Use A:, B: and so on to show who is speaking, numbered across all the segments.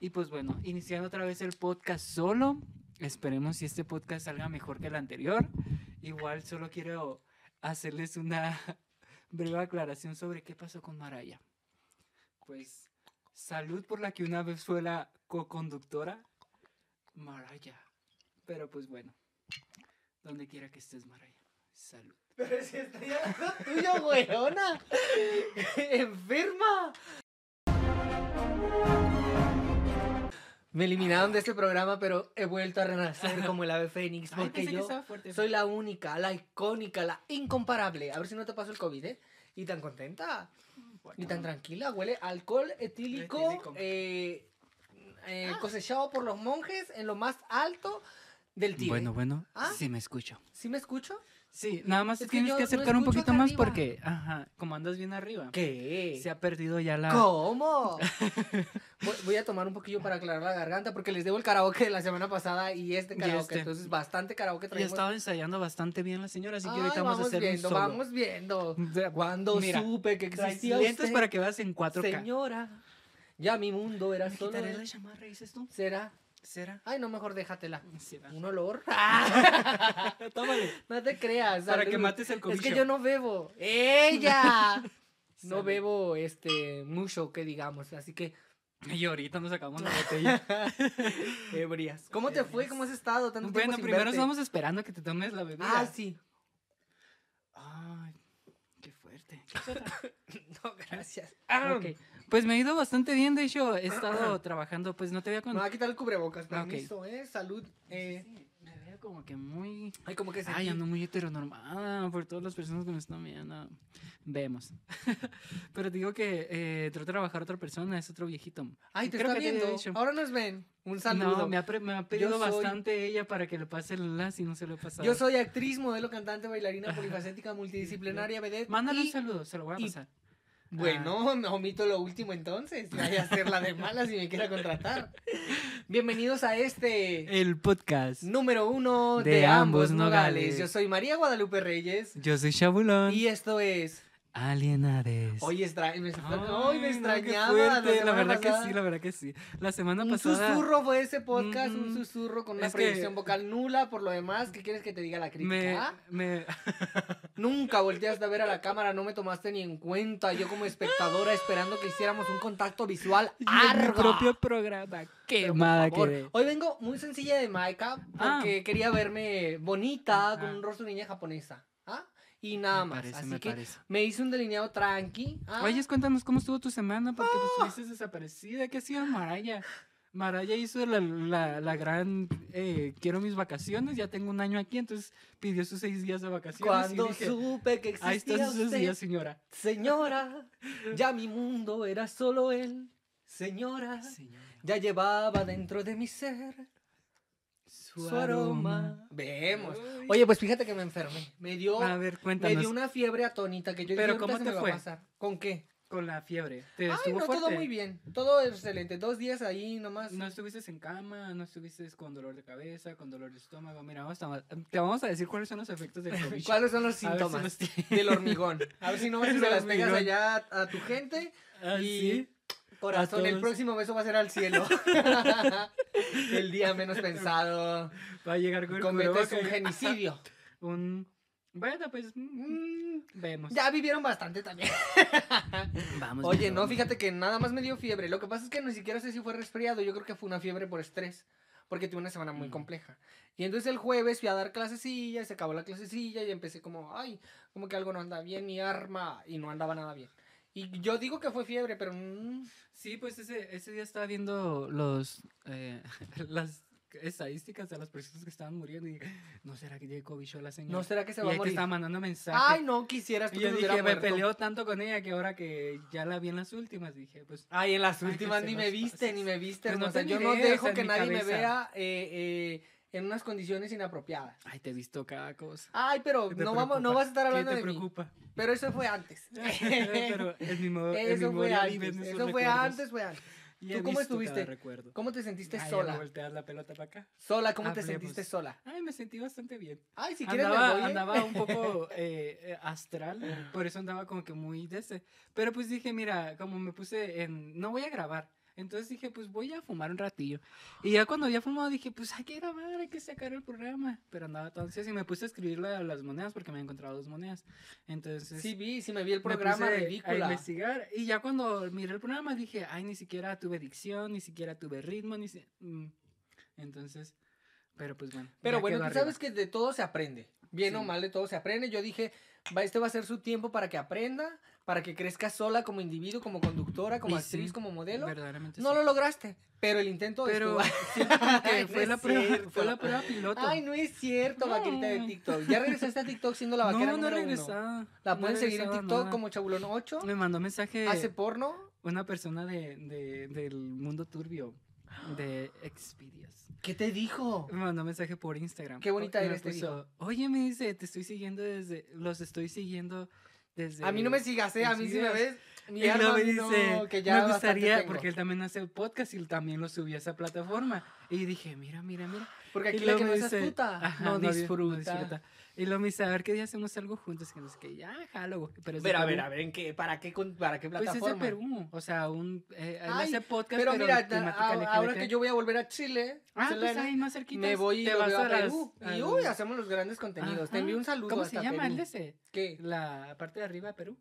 A: Y pues bueno, iniciando otra vez el podcast solo. Esperemos si este podcast salga mejor que el anterior. Igual solo quiero hacerles una breve aclaración sobre qué pasó con Maraya. Pues salud por la que una vez fue la co-conductora, Maraya. Pero pues bueno, donde quiera que estés, Maraya. Salud.
B: Pero si estoy hablando tuyo, weona. Enferma. Me eliminaron de este programa, pero he vuelto a renacer como el ave fénix.
A: Ay,
B: Porque
A: pensé que
B: yo
A: estaba fuerte.
B: soy la única, la icónica, la incomparable. A ver si no te paso el COVID, ¿eh? Y tan contenta. Y tan tranquila. Huele a alcohol etílico
A: Ah. Etílico. Ah.
B: eh, eh, cosechado por los monjes en lo más alto del Tíbet.
A: Bueno, bueno,
B: ¿Ah?
A: sí me escucho.
B: ¿Sí me escucho?
A: Sí, nada más
B: Es que
A: tienes
B: yo
A: que,
B: no
A: acercar un
B: escucho
A: poquito
B: acá
A: más
B: arriba.
A: porque, ajá, como andas bien arriba,
B: ¿Qué?
A: se ha perdido ya la...
B: ¿Cómo? Voy, voy a tomar un poquillo para aclarar la garganta porque les debo el karaoke de la semana pasada y este
A: Y
B: karaoke.
A: este.
B: Entonces, bastante karaoke
A: Ya
B: traemos.
A: estaba ensayando bastante bien la señora, así que
B: Ay,
A: ahorita vamos, a hacer
B: viendo,
A: un solo.
B: vamos viendo.
A: De-
B: Cuando
A: Mira,
B: supe que
A: Traes
B: existía
A: lentes
B: usted,
A: para que veas en 4K.
B: señora. Ya mi mundo era
A: ¿Me
B: solo.
A: quitaré la chamarra, dices tú?
B: ¿Será?
A: ¿Será?
B: Ay, no, mejor déjatela.
A: ¿Será?
B: Un olor. Ah,
A: Ah, Tómale.
B: No te creas.
A: Para que
B: salud.
A: mates el cobicho.
B: Es que yo no bebo. ¡Ella! no
A: Salud.
B: bebo este mucho que digamos, así que
A: Y ahorita nos sacamos la botella.
B: ebrias. ¿Cómo te fue? ¿Cómo has estado? Tanto tiempo
A: bueno,
B: sin
A: primero
B: verte.
A: estamos esperando que te tomes la bebida.
B: Ah, sí.
A: Ay, qué fuerte.
B: No, gracias.
A: Ok, Pues me ha ido bastante bien, de hecho,
B: Ah.
A: he estado trabajando, pues no te había
B: Me va
A: contado.
B: a quitar el cubrebocas,
A: Ah, ok.
B: permiso, ¿eh? Salud. Eh.
A: Sí, me veo como que muy...
B: Ay, como que se...
A: Ay, ando muy heteronormada por todas las personas que me están viendo. Vemos. Pero digo que eh, trató de trabajar otra persona, es otro viejito.
B: Ay, te
A: Creo
B: está
A: que había
B: viendo.
A: dicho.
B: Ahora nos ven. Un saludo.
A: No, me ha, pre- me ha pedido
B: soy-
A: bastante ella para que le pase el enlace y no se lo he pasado.
B: Yo soy actriz, modelo, cantante, bailarina, polifacética, multidisciplinaria, vedette.
A: Mándale un
B: y-
A: saludo, Ah. se lo voy a
B: y-
A: pasar.
B: Bueno, me omito lo último entonces. Vaya a ser la de mala si me quiera contratar. Bienvenidos a este
A: El podcast.
B: número uno de,
A: De ambos
B: ambos nogales.
A: nogales.
B: Yo soy María Guadalupe Reyes
A: Yo soy Shabulón.
B: y esto es.
A: Alienades.
B: Hoy extra...
A: Ay,
B: me, extra- Ay, me
A: no, qué
B: extrañaba.
A: fuerte, la,
B: semana
A: verdad
B: pasada.
A: que sí, la verdad que sí. La semana
B: Un
A: pasada.
B: susurro fue ese podcast, un
A: Mm,
B: susurro con una
A: es que-
B: proyección vocal nula. Por lo demás, ¿qué quieres que te diga la
A: Me,
B: crítica? ah?
A: me-
B: Nunca volteaste a ver a la cámara, no me tomaste ni en cuenta. Yo como espectadora esperando que hiciéramos un contacto visual
A: y en mi
B: arga.
A: propio programa. Quemada que
B: Por-
A: ve.
B: Hoy vengo muy sencilla de Maika porque quería verme bonita
A: Ajá.
B: con un rostro de niña japonesa. ¿ah? Y nada
A: me
B: más.
A: parece,
B: Así
A: me
B: que
A: parece.
B: me hice un delineado tranqui. ¿ah?
A: Oye, cuéntanos cómo estuvo tu semana, porque pues estuviste desaparecida. ¿Qué hacía Maraya? Maraya hizo la, la- la gran eh, quiero mis vacaciones, ya tengo un año aquí, entonces pidió sus seis días de vacaciones.
B: Cuando
A: y dije,
B: supe que existía
A: ahí están sus seis
B: usted,
A: días, señora.
B: señora, ya mi mundo era solo él. Señora, ya llevaba dentro de mi ser
A: Su,
B: su aroma. Vemos.
A: Ay.
B: Oye, pues fíjate que me enfermé. Me dio,
A: A ver,
B: me
A: cuéntanos.
B: dio una fiebre atónita que yo dije,
A: Pero
B: "Ahorita
A: ¿cómo
B: se
A: te
B: me va a
A: fue?
B: pasar". ¿Con qué?
A: Con la fiebre. ¿Te
B: Ay,
A: estuvo
B: no,
A: fuerte?
B: todo muy bien. Todo excelente. Dos días ahí nomás.
A: No estuviste en cama, no estuviste con dolor de cabeza, con dolor de estómago. Mira, vamos a- te vamos a decir cuáles son los efectos del COVID.
B: ¿Cuáles son los
A: A ver si
B: síntomas
A: los tienes.
B: del hormigón? A ver si no se
A: El
B: las pegas
A: hormigón.
B: allá a, a tu gente.
A: Ah,
B: y
A: sí.
B: corazón, el
A: todos.
B: próximo beso va a ser al cielo. el día menos pensado.
A: Va a llegar con el
B: Cometes un
A: cubreboca y-
B: genocidio.
A: un bueno pues mm,
B: Mm,
A: vemos
B: Ya vivieron bastante también.
A: vamos
B: Oye,
A: viendo,
B: no,
A: vamos.
B: fíjate que nada más me dio fiebre. Lo que pasa es que ni siquiera sé si fue resfriado. Yo creo que fue una fiebre por estrés. Porque tuve una semana muy
A: Mm.
B: compleja. Y entonces el jueves fui a dar clasecilla, y se acabó la clasecilla y empecé como, ay, como que algo no anda bien, mi arma, y no andaba nada bien. Y yo digo que fue fiebre, pero... mm,
A: sí pues ese, ese día estaba viendo los eh, las estadísticas de las personas que estaban muriendo y no será que llegó COVID show la señora
B: ¿No será que se
A: y
B: va a
A: ahí te
B: morir?
A: estaba mandando mensajes
B: Ay, no, quisieras tú
A: y
B: que
A: yo
B: me
A: dije
B: hubiera
A: me
B: muerto.
A: peleó tanto con ella que ahora que ya la vi en las últimas dije pues
B: Ay, en las
A: Ay, que
B: últimas
A: se
B: ni
A: nos
B: me viste,
A: pases.
B: ni me viste,
A: Pues no
B: hermosa.
A: te
B: yo no
A: miré, o
B: dejo
A: sea, en
B: que
A: mi
B: nadie me
A: cabeza.
B: vea eh, eh, en unas condiciones inapropiadas.
A: ay te he visto cada cosa
B: Ay, pero
A: ¿Qué te
B: no, vamos, no
A: preocupa?
B: vas a estar
A: ¿Qué
B: hablando
A: te
B: de mí.
A: preocupa
B: Pero eso fue antes.
A: pero en mi mo- en mi
B: eso fue
A: memoria viven
B: antes.
A: esos
B: Eso fue
A: recuerdos.
B: antes, fue antes.
A: Y
B: ¿Tú
A: he
B: cómo
A: visto cada
B: estuviste?
A: recuerdo
B: ¿Cómo te sentiste
A: Ay, ya me
B: sola?
A: volteas la pelota para acá
B: Sola, ¿cómo te
A: Hablemos.
B: sentiste sola?
A: ay me sentí bastante bien
B: Ay, si quieres me
A: andaba,
B: voy, ¿eh?
A: andaba un poco eh, eh, astral, por eso andaba como que muy de ese. Pero pues dije, mira, como me puse en... No voy a grabar, Entonces dije, pues voy a fumar un ratillo. Y ya cuando había fumado dije, pues hay que grabar, hay que sacar el programa. Pero andaba tan ansioso y me puse a escribir la- las monedas porque me había encontrado dos monedas. Entonces
B: Sí, vi, sí me vi el
A: pues. me
B: programa
A: puse A
B: ridícula.
A: investigar. Y ya cuando miré el programa dije, ay, ni siquiera tuve dicción, ni siquiera tuve ritmo, ni si- mm". Entonces, pero pues bueno.
B: Pero
A: ya
B: bueno,
A: quedó
B: tú
A: arriba.
B: sabes que de todo se aprende. Bien o
A: Sí.
B: mal, de todo se aprende. Yo dije, va, este va a ser su tiempo para que aprenda, para que crezca sola como individuo, como conductora, como
A: Y
B: actriz,
A: sí,
B: como modelo.
A: Verdaderamente
B: No
A: sí.
B: lo lograste, pero el intento
A: Pero
B: estuvo.
A: siento como que
B: Ay, no
A: fue,
B: es
A: la prueba,
B: cierto.
A: fue la prueba piloto.
B: Ay, no es cierto, vaquerita de
A: No.
B: TikTok. Ya regresaste a TikTok siendo la
A: no, no
B: vaquera
A: he
B: número uno.
A: regresado.
B: La
A: no he
B: pueden seguir en
A: regresado a
B: TikTok
A: nada.
B: como Chabulón 8.
A: Me mandó mensaje
B: Hace porno.
A: una persona de, de- del mundo turbio de Expedias.
B: ¿Qué te dijo?
A: Me mandó mensaje por Instagram.
B: Qué bonita
A: Y me
B: eres, te
A: puso, Oye, me dice, te estoy siguiendo desde. Los estoy siguiendo desde.
B: A mí no me sigas, ¿eh? A mí
A: sí,
B: si me
A: es-
B: ves. Mi
A: Y luego
B: arma,
A: me
B: no,
A: dice,
B: que ya
A: me
B: bastante
A: gustaría,
B: tengo".
A: porque él también hace podcast y él también lo subió a esa plataforma. Y dije, mira, mira, mira.
B: Porque
A: Y
B: aquí la
A: luego
B: que no
A: me
B: es
A: dice,
B: astuta
A: ajá,
B: no,
A: di-
B: disfruta.
A: Y luego me dice, a ver qué día hacemos algo juntos. Que no sé qué, ya, jalo, güey. Pero es de
B: Pero a
A: Perú.
B: ver, a ver, ¿en qué, ¿para qué, con- para qué
A: Pues es de
B: plataforma?
A: Perú, o sea, un, eh, él
B: Ay,
A: hace podcast,
B: pero, mira, ta-
A: temática
B: a- ahora
A: LGBT.
B: que yo voy a volver a Chile,
A: Ah, pues
B: Selena,
A: ahí más cerquita.
B: me voy y
A: te
B: lo
A: vas
B: veo a,
A: a las-
B: Perú.
A: a
B: Y
A: las-
B: uy, hacemos los grandes contenidos. Te
A: Ajá.
B: envío un saludo
A: ¿Cómo se
B: hasta
A: llama el
B: Perú.
A: de ese?
B: ¿Qué?
A: La parte de arriba de Perú.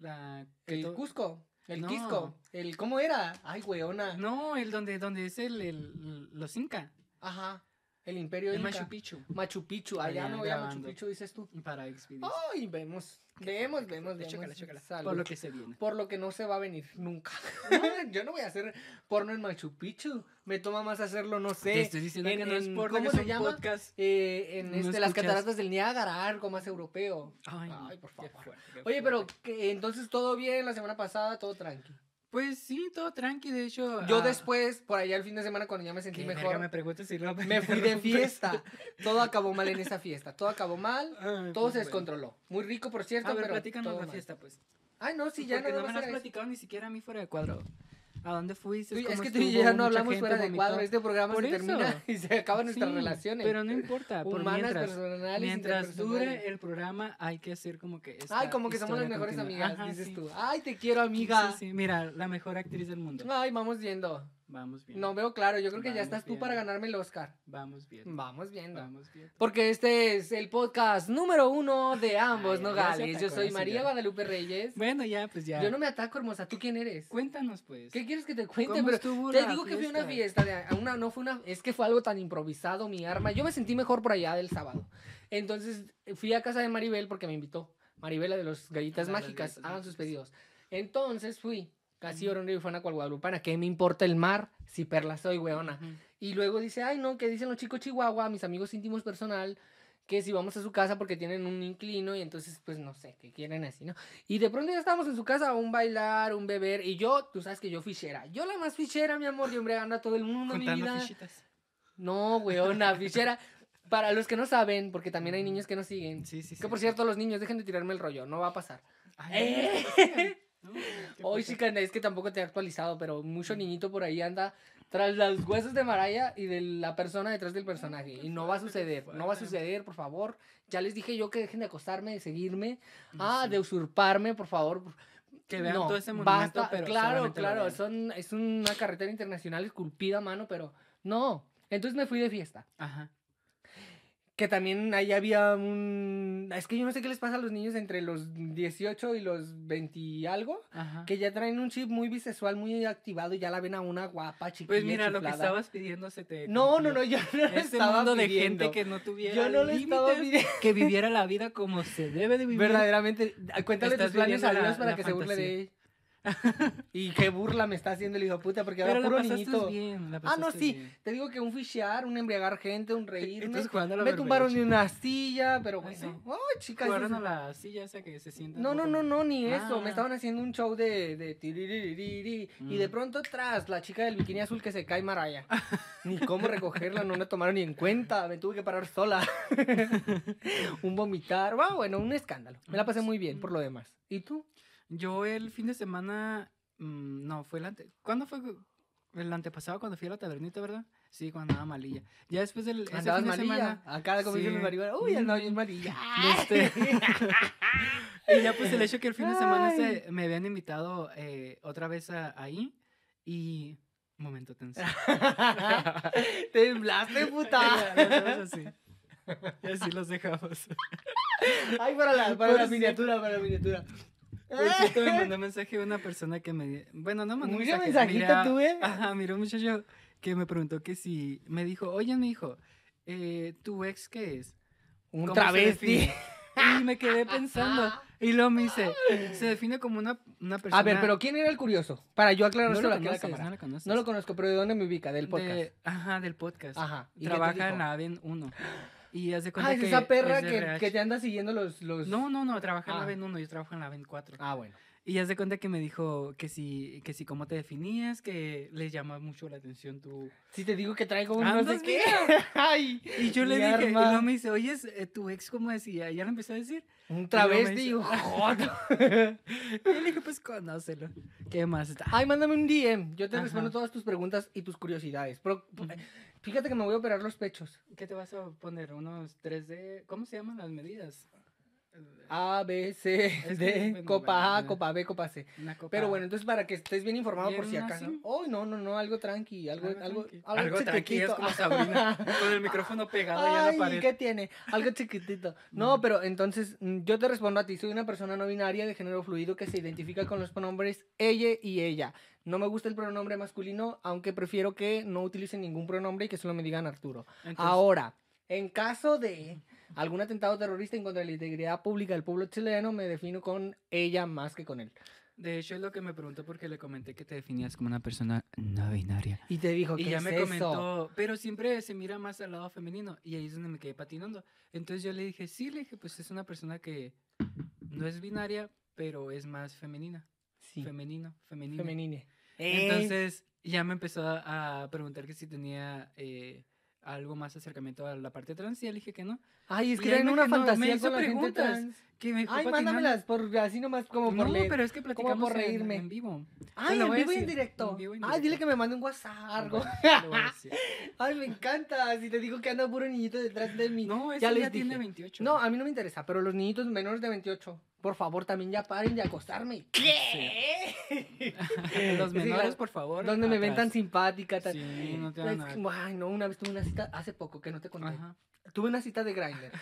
A: La que
B: El
A: to-
B: Cusco, el
A: No.
B: Quisco, el ¿cómo era? Ay, weona.
A: No, el donde, donde es el, el- los Inca,
B: Ajá. El Imperio
A: el
B: Inca.
A: Machu Picchu.
B: Machu Picchu, allá
A: Allá
B: me voy a Machu
A: grabando.
B: Picchu, dices tú.
A: Para Xvideos.
B: Ay, vemos, vemos, vemos, vemos.
A: Chécala, chécala.
B: Oh, Salud.
A: Por lo que se viene.
B: Por lo que no se va a venir nunca. Yo no voy a hacer porno en Machu Picchu. Me toma más hacerlo,
A: Te
B: no sé.
A: estoy diciendo
B: en-
A: que no es
B: en-
A: por
B: ¿cómo
A: que
B: se
A: es un
B: llama?
A: podcast.
B: eh, en
A: No
B: este, las
A: escuchas.
B: cataratas del Niágara, algo más europeo.
A: Ay,
B: Ay, por
A: qué
B: favor.
A: fuerte, qué
B: Oye, pero
A: fuerte.
B: que, entonces todo bien la semana pasada, todo tranqui.
A: Pues sí, todo tranqui, de hecho.
B: Yo
A: ah,
B: después, por allá el fin de semana, cuando ya me
A: qué
B: sentí
A: verga
B: mejor,
A: me preguntas si no
B: me fui de
A: interrumpes.
B: fiesta. Todo acabó mal en esa fiesta. Todo acabó mal.
A: Ay,
B: Todo
A: pues
B: se
A: bueno.
B: descontroló. Muy rico, por cierto.
A: A ver,
B: pero
A: platícanos
B: todo
A: la
B: mal.
A: fiesta, pues.
B: Ay, no, sí, ya
A: Porque
B: nada
A: no me
B: más
A: la has
B: era eso.
A: platicado ni siquiera a mí fuera de cuadro. ¿A dónde fuiste?
B: Tú-
A: ¿Cómo
B: es que tú y yo
A: estuvo?
B: ya no
A: Mucha
B: hablamos
A: gente
B: fuera de
A: vomitó.
B: cuadro. Este programa
A: Por
B: se termina
A: eso.
B: y se acaban nuestras
A: Sí,
B: relaciones.
A: Pero no importa, por
B: Humanas,
A: mientras,
B: personales,
A: mientras
B: interpersonales.
A: dure el programa hay que hacer como que esta
B: Ay, como que somos las
A: historia
B: mejores
A: continúe.
B: amigas,
A: Ajá,
B: dices
A: sí.
B: tú. Ay, te quiero,
A: Sí,
B: amiga.
A: sí, sí. Mira, la mejor actriz del mundo.
B: Ay, vamos viendo.
A: Vamos bien.
B: No veo claro, yo creo que ya
A: Vamos
B: estás tú
A: viendo.
B: para ganarme el Oscar.
A: Vamos bien.
B: Vamos viendo.
A: Vamos bien.
B: Porque este es el podcast número uno de ambos
A: Ay, ya se
B: Nogales.
A: atacó
B: Yo
A: la
B: soy María
A: señora.
B: Guadalupe Reyes.
A: Bueno, ya, pues ya.
B: Yo no me ataco, hermosa. ¿Tú quién eres?
A: Cuéntanos, pues.
B: ¿Qué quieres que te cuente?
A: ¿Cómo
B: Pero
A: estuvo
B: te
A: la
B: digo que fui a una
A: fiesta?
B: fiesta, de, a una, no fue una, es que fue algo tan improvisado mi arma. Yo me sentí mejor por allá del sábado. Entonces fui a casa de Maribel porque me invitó. Maribel, la de los galletas
A: La de Ah, las
B: mágicas,
A: galletas
B: hagan sus
A: mágicas.
B: pedidos. Entonces fui, casi
A: Ujú.
B: orando y fue cual guadalupana. ¿Qué me importa el mar si perla soy, weona?
A: Ujú.
B: Y luego dice, ay, no, que dicen los chicos Chihuahua, mis amigos íntimos personal, que si vamos a su casa porque tienen un inclino y entonces, pues no sé, que quieren así, ¿no? Y de pronto ya estábamos en su casa, un bailar, un beber, y yo, tú sabes que yo fichera. Yo la más fichera, mi amor, yo embriagando a todo el mundo, mi
A: Contando
B: vida.
A: fichitas.
B: No, weona, fichera. Para los que no saben, porque también hay
A: Mm.
B: niños que no siguen.
A: Sí, sí, sí.
B: Que por cierto, los niños, dejen de tirarme el rollo, no va a pasar.
A: Ay,
B: ¡Eh!
A: no, no, qué Mm.
B: Hoy
A: fuerte.
B: sí, carnal, es que tampoco te he actualizado, pero mucho niñito por ahí anda tras los huesos de Maraya y de la persona detrás del personaje.
A: qué
B: Y no va a
A: fuerte, qué
B: suceder, no va a
A: fuerte.
B: suceder, por favor. Ya les dije yo que dejen de acostarme, de seguirme, ah,
A: Sí.
B: de usurparme, por favor.
A: Que vean
B: No,
A: todo ese monumento,
B: basta.
A: pero
B: claro,
A: solamente lo
B: claro,
A: vean.
B: son, es una carretera internacional esculpida a mano, pero no. Entonces me fui de fiesta.
A: Ajá.
B: Que también ahí había un... Es que yo no sé qué les pasa a los niños entre los 18 y los 20 y algo.
A: Ajá.
B: Que ya traen un chip muy bisexual, muy activado y ya la ven a una guapa chiquita.
A: Pues mira, lo que estabas pidiendo se te.
B: No, no,
A: cumplió.
B: no, yo no lo
A: Este
B: estaba
A: mundo de
B: pidiendo.
A: gente que no tuviera.
B: Yo no lo estaba
A: límites,
B: pidiendo.
A: Que viviera la vida como se debe de vivir.
B: Verdaderamente, ah, cuéntale
A: Estás
B: tus planes a
A: viviendo la-
B: Dios para
A: la
B: que se burle de él. y qué burla me está haciendo el hijo de puta, porque
A: Pero
B: ahora
A: la
B: puro
A: pasaste
B: niñito.
A: bien. La
B: Ah,
A: pasaste
B: no, sí.
A: bien.
B: Te digo que un fichear, un embriagar gente, un reírme.
A: Entonces jugando a la
B: me tumbaron de
A: Berbereche.
B: una silla, pero
A: Ay,
B: bueno.
A: sí.
B: Ay, chicas.
A: Jugaron
B: eso-
A: a la silla esa que se sienta.
B: No,
A: un
B: no,
A: poco-
B: no, no, ni eso. Me
A: Ah.
B: estaban haciendo un show de, de tiriririri, y
A: Mm.
B: de pronto tras la chica del bikini azul que se cae Maraya. ni cómo recogerla, no la tomaron ni en cuenta. Me tuve que parar sola. un vomitar, va, bueno, un escándalo. Me la pasé muy bien por lo demás. ¿Y tú?
A: Yo el fin de semana. mm, no, fue el ante. ¿Cuándo fue? El antepasado cuando fui a la tabernita, ¿verdad? Sí, cuando andaba malilla. Ya después del. ese
B: Andabas
A: fin de
B: malilla.
A: semana-
B: Acá como dicen
A: Sí.
B: los marihuana. Uy, andaba bien malilla.
A: Este- y ya pues el hecho que el fin de semana se- me habían invitado eh, otra vez a- ahí y momento tenso.
B: Temblaste,
A: Ya,
B: puta.
A: los dejamos así. Y así los dejamos.
B: Ay, para la, para la
A: Pobrecito.
B: miniatura, para la miniatura.
A: Por cierto, me mandó mensaje una persona que me. Bueno, no me mandó
B: Mucho
A: mensaje.
B: mensajito
A: mira- Ah,
B: tú, ¿eh?
A: Ajá, miró un muchacho que me preguntó que si. Me dijo, oye, me dijo, eh, ¿tu ex qué es?
B: Un
A: ¿Cómo se
B: travesti.
A: define? Y me quedé pensando. Y luego me dice, se define como una, una persona.
B: A ver, pero ¿quién era el curioso? Para yo
A: no
B: aclarárselo
A: lo
B: aquí a la
A: conoces,
B: cámara.
A: no lo conoces.
B: No lo conozco, pero ¿de dónde me ubica? Del podcast.
A: De- ajá, del podcast.
B: Ajá. ¿y qué te
A: Trabaja en
B: dijo?
A: la AVEN 1. Y haz de cuenta
B: Ah, es
A: que
B: esa perra
A: es de
B: que,
A: RH.
B: que te anda siguiendo los... los...
A: No, no, no, trabaja en
B: Ah.
A: la AVEN 1, yo trabajo en la AVEN 4.
B: Ah, bueno.
A: Y haz de cuenta que me dijo que si, que si cómo te definías, que le llama mucho la atención tu...
B: Si te digo que traigo un no sé
A: Andas
B: qué. Ay,
A: Y yo le
B: Mi
A: dije, y
B: arma.
A: luego me dice, oye, es, eh, ¿tu ex cómo decía? Y ya le empecé a decir.
B: un
A: luego me
B: travesti y
A: dice-
B: un joto.
A: Y yo le dije, pues conócelo. ¿Qué más Ah, está?
B: Ay, mándame un DM. Yo te
A: Ajá.
B: respondo todas tus preguntas y tus curiosidades. Pero, fíjate que me voy a operar los pechos.
A: ¿Qué te vas a poner? ¿Unos 3D? ¿Cómo se llaman las medidas?
B: A, B, C,
A: que,
B: D,
A: bueno,
B: copa A,
A: bueno.
B: copa B, copa C.
A: Una copa.
B: Pero bueno, entonces para que estés bien informado por si
A: Bien
B: acaso.
A: así.
B: Oh, no, no, no, algo tranqui, algo, algo, algo,
A: tranqui. algo tranqui, es
B: chiquitito.
A: como Sabrina, con el micrófono pegado ya a la
B: Ay,
A: pared.
B: ¿qué tiene? Algo chiquitito. No, pero entonces mm, yo te respondo a ti. Soy una persona no binaria de género fluido que se identifica con los pronombres ella y ella. No me gusta el pronombre masculino, aunque prefiero que no utilicen ningún pronombre y que solo me digan Arturo.
A: Entonces,
B: Ahora, en caso de algún atentado terrorista en contra de la integridad pública del pueblo chileno, me defino con ella más que con él.
A: de hecho es lo que me preguntó porque le comenté que te definías como una persona no binaria.
B: Y te dijo
A: Y
B: que
A: ya
B: es
A: me
B: eso?
A: comentó, pero siempre se mira más al lado femenino. Y ahí es donde me quedé patinando. Entonces yo le dije, sí, le dije, pues es una persona que no es binaria, pero es más femenina.
B: Sí,
A: Femenino, femenino.
B: femenine. Entonces,
A: Entonces ya me empezó a, a preguntar que si tenía eh, algo más acercamiento a la parte trans. Y ya le dije que no.
B: Eh, ay, es que
A: y ahí
B: traen
A: me
B: una
A: que no, me
B: fantasía
A: hizo
B: con la gente
A: preguntas.
B: trans.
A: Que me dejó
B: Ay,
A: patinando.
B: mándamelas por así nomás como por
A: no,
B: leer.
A: pero es que platicamos
B: por
A: en-
B: reírme?
A: En, vivo.
B: Ay,
A: lo
B: en
A: voy a
B: vivo y en
A: decir,
B: directo.
A: en vivo y en
B: Ay, dile
A: directo.
B: que me mande un WhatsApp algo.
A: Lo voy a decir.
B: Ay, me encanta. Si te digo que anda puro niñito detrás de mí.
A: No, ese
B: Ya
A: ya,
B: les
A: tiene
B: dije.
A: 28.
B: No, a mí no me interesa, pero los niñitos menores de 28, por favor, también ya paren de acostarme. ¿Qué?
A: Los
B: eh, Sí,
A: menores,
B: la-
A: por favor.
B: Donde me ven
A: atrás.
B: tan simpática. Tan...
A: Sí, no te
B: Es
A: van a
B: que-
A: ver.
B: Ay, no, una vez tuve una cita hace poco que no te conté.
A: Ajá.
B: Tuve una cita de Grindr.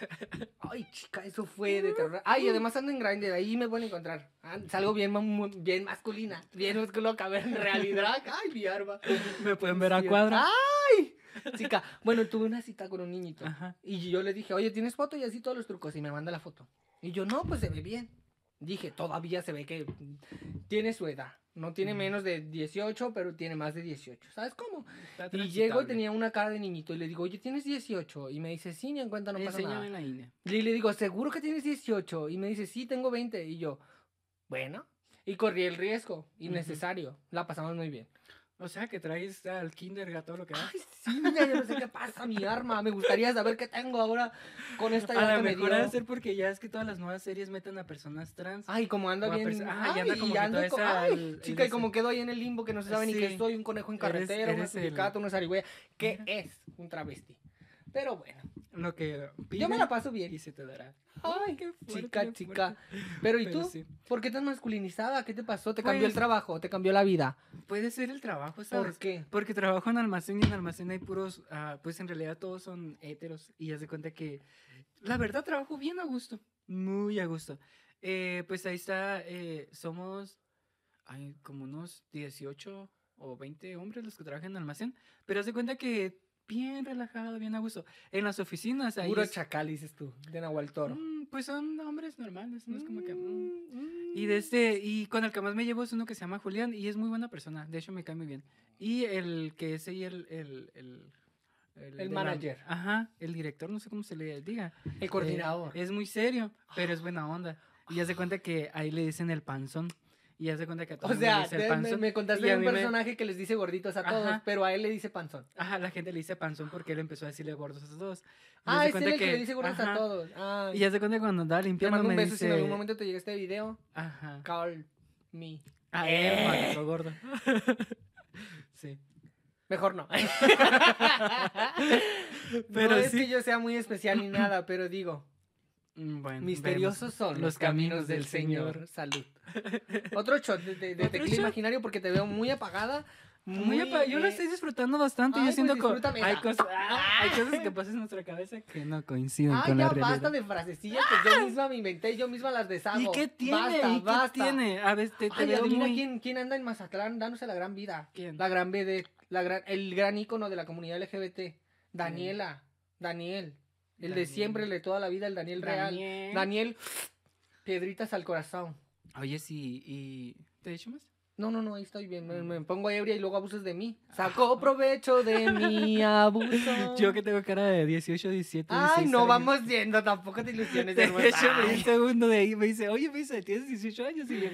B: Ay, chica, eso fue de terror. Ay, además ando en Grindr, ahí me van a encontrar. Ah, salgo bien, mam- mu- bien masculina, bien loca, a ver, en realidad. Ay, mi arma.
A: Me pueden ver a
B: Sí,
A: cuadra.
B: Ay, chica. Bueno, tuve una cita con un niñito.
A: Ajá.
B: Y yo le dije, oye, ¿tienes foto? Y así todos los trucos. Y me manda la foto. Y yo, no, pues se ve bien. Dije, todavía se ve que tiene su edad. No tiene
A: Ujú.
B: menos de 18, pero tiene más de 18. ¿Sabes cómo?
A: Está
B: Y llego y
A: transitable.
B: tenía una cara de niñito. Y le digo, oye, ¿tienes 18? Y me dice, sí, ni en cuenta, no pasa nada.
A: Enséñame la INE.
B: Y le digo, ¿seguro que tienes 18? Y me dice, sí, tengo 20. Y yo, bueno. Y corrí el riesgo, innecesario. La pasamos muy bien.
A: O sea, que traes al kinder a todo lo que da.
B: Ay, sí, ya yo no sé qué pasa, mi arma. Me gustaría saber qué tengo ahora con esta edad
A: A
B: que
A: lo
B: me
A: mejor ha
B: dio. Ah.
A: de ser porque ya es que todas las nuevas series meten a personas trans.
B: Ay, como ando
A: O a
B: bien.
A: perso- ajá, y anda
B: ay,
A: como que
B: ando
A: toda
B: co-
A: esa-
B: ay,
A: el- el
B: chica, y
A: ese.
B: como quedo ahí en el limbo que no se sabe ni qué
A: Sí.
B: soy, un conejo en
A: Eres-
B: carretera, un
A: eres el-
B: sindicato, una zarigüeya. ¿Qué es un travesti? Pero bueno,
A: Lo que
B: yo me
A: piden
B: la paso bien.
A: y se te dará.
B: Ay,
A: qué fuerte,
B: chica,
A: qué
B: chica. Pero ¿y
A: Pero
B: tú?
A: sí.
B: ¿Por qué tan masculinizada? ¿Qué te pasó? ¿Te cambió el
A: Pues-
B: trabajo? ¿Te cambió la vida?
A: Puede ser el trabajo,
B: ¿Por
A: ¿sabes?
B: qué?
A: Porque trabajo en almacén y en almacén hay puros, ah, pues en realidad todos son héteros y ya se cuenta que la verdad trabajo bien a gusto, muy a gusto. Eh, pues ahí está, eh, somos ay, como unos 18 o 20 hombres los que trabajan en almacén, pero se cuenta que bien relajado, bien a gusto. En las oficinas ahí...
B: Puro
A: es-
B: chacal, dices tú, de Nahual Toro.
A: Mm, pues son hombres normales, no es como que... mm.
B: Mm,
A: Y, de este, y con el que más me llevo es uno que se llama Julián y es muy buena persona. De hecho, me cae muy bien. Y el que es ahí el... El, el,
B: El
A: de la-
B: manager.
A: ajá, el director, no sé cómo se le diga.
B: mm, El coordinador.
A: Eh, es muy serio, pero es buena onda. Y ya se cuenta que ahí le dicen el panzón. Y ya se cuenta que a todo
B: O
A: mundo le
B: sea,
A: dice
B: te-
A: el
B: me,
A: panzón.
B: me contaste
A: Y
B: de
A: a
B: un
A: mí me-
B: personaje que les dice gorditos a todos,
A: Ajá.
B: pero a él le dice panzón.
A: Ajá, la gente le dice panzón porque él empezó a decirle gordos a todos. Y ya
B: Ah,
A: se
B: es él
A: cuenta
B: el que, le dice gorditos a
A: ajá,
B: todos. Ah,
A: Y ya se cuenta que cuando andaba
B: te
A: limpiando
B: mando
A: me
B: un beso si
A: dice...
B: en algún momento te llega este video.
A: Ajá. "Ah,
B: Call me.
A: A
B: Eh.
A: ver, maldito gordo. sí.
B: Mejor no.
A: Pero
B: no es
A: sí.
B: que yo sea muy especial ni nada, pero digo,
A: Mm, Bueno,
B: misteriosos son los caminos del Señor. Salud. Otro shot de, de- de
A: ¿Otro
B: tequila
A: shot?
B: imaginario porque te veo muy apagada.
A: Muy apa- yo lo
B: eh,
A: estoy disfrutando bastante.
B: Ay,
A: yo
B: pues
A: siento co-
B: disfrútamela.
A: hay, cosas, ah, hay cosas que pasan en nuestra cabeza que no coinciden
B: Ay,
A: con
B: Ah, ya
A: la realidad. ¡Ah!
B: basta de frasecillas que yo misma me inventé, yo misma las deshago.
A: ¿Y qué tiene?
B: Basta,
A: ¿Y qué
B: basta.
A: tiene? A ver, te, te
B: Ay,
A: veo
B: adivina
A: muy-
B: quién, quién anda en Mazatlán dándose la gran vida.
A: ¿Quién?
B: La gran BD, la gran, el gran ícono de la comunidad LGBT. Daniela, Daniel, el de
A: Daniel.
B: siempre, el de toda la vida, el Daniel Real. Daniel,
A: Daniel.
B: piedritas al corazón.
A: Oye, sí, y... ¿Te echo más?
B: No, no, no, ahí estoy bien.
A: Mm.
B: Me, me pongo ebria y luego abusas de mí. Sacó provecho de mi abuso.
A: Ah. Yo que tengo cara de 18, 17,
B: Ah. Ay,
A: 16
B: no
A: años.
B: vamos yendo, tampoco te ilusiones,
A: De
B: hermosa.
A: hecho, me di un
B: Ay,
A: segundo de ahí me dice, oye, me dice, tienes 18 años. Y yo,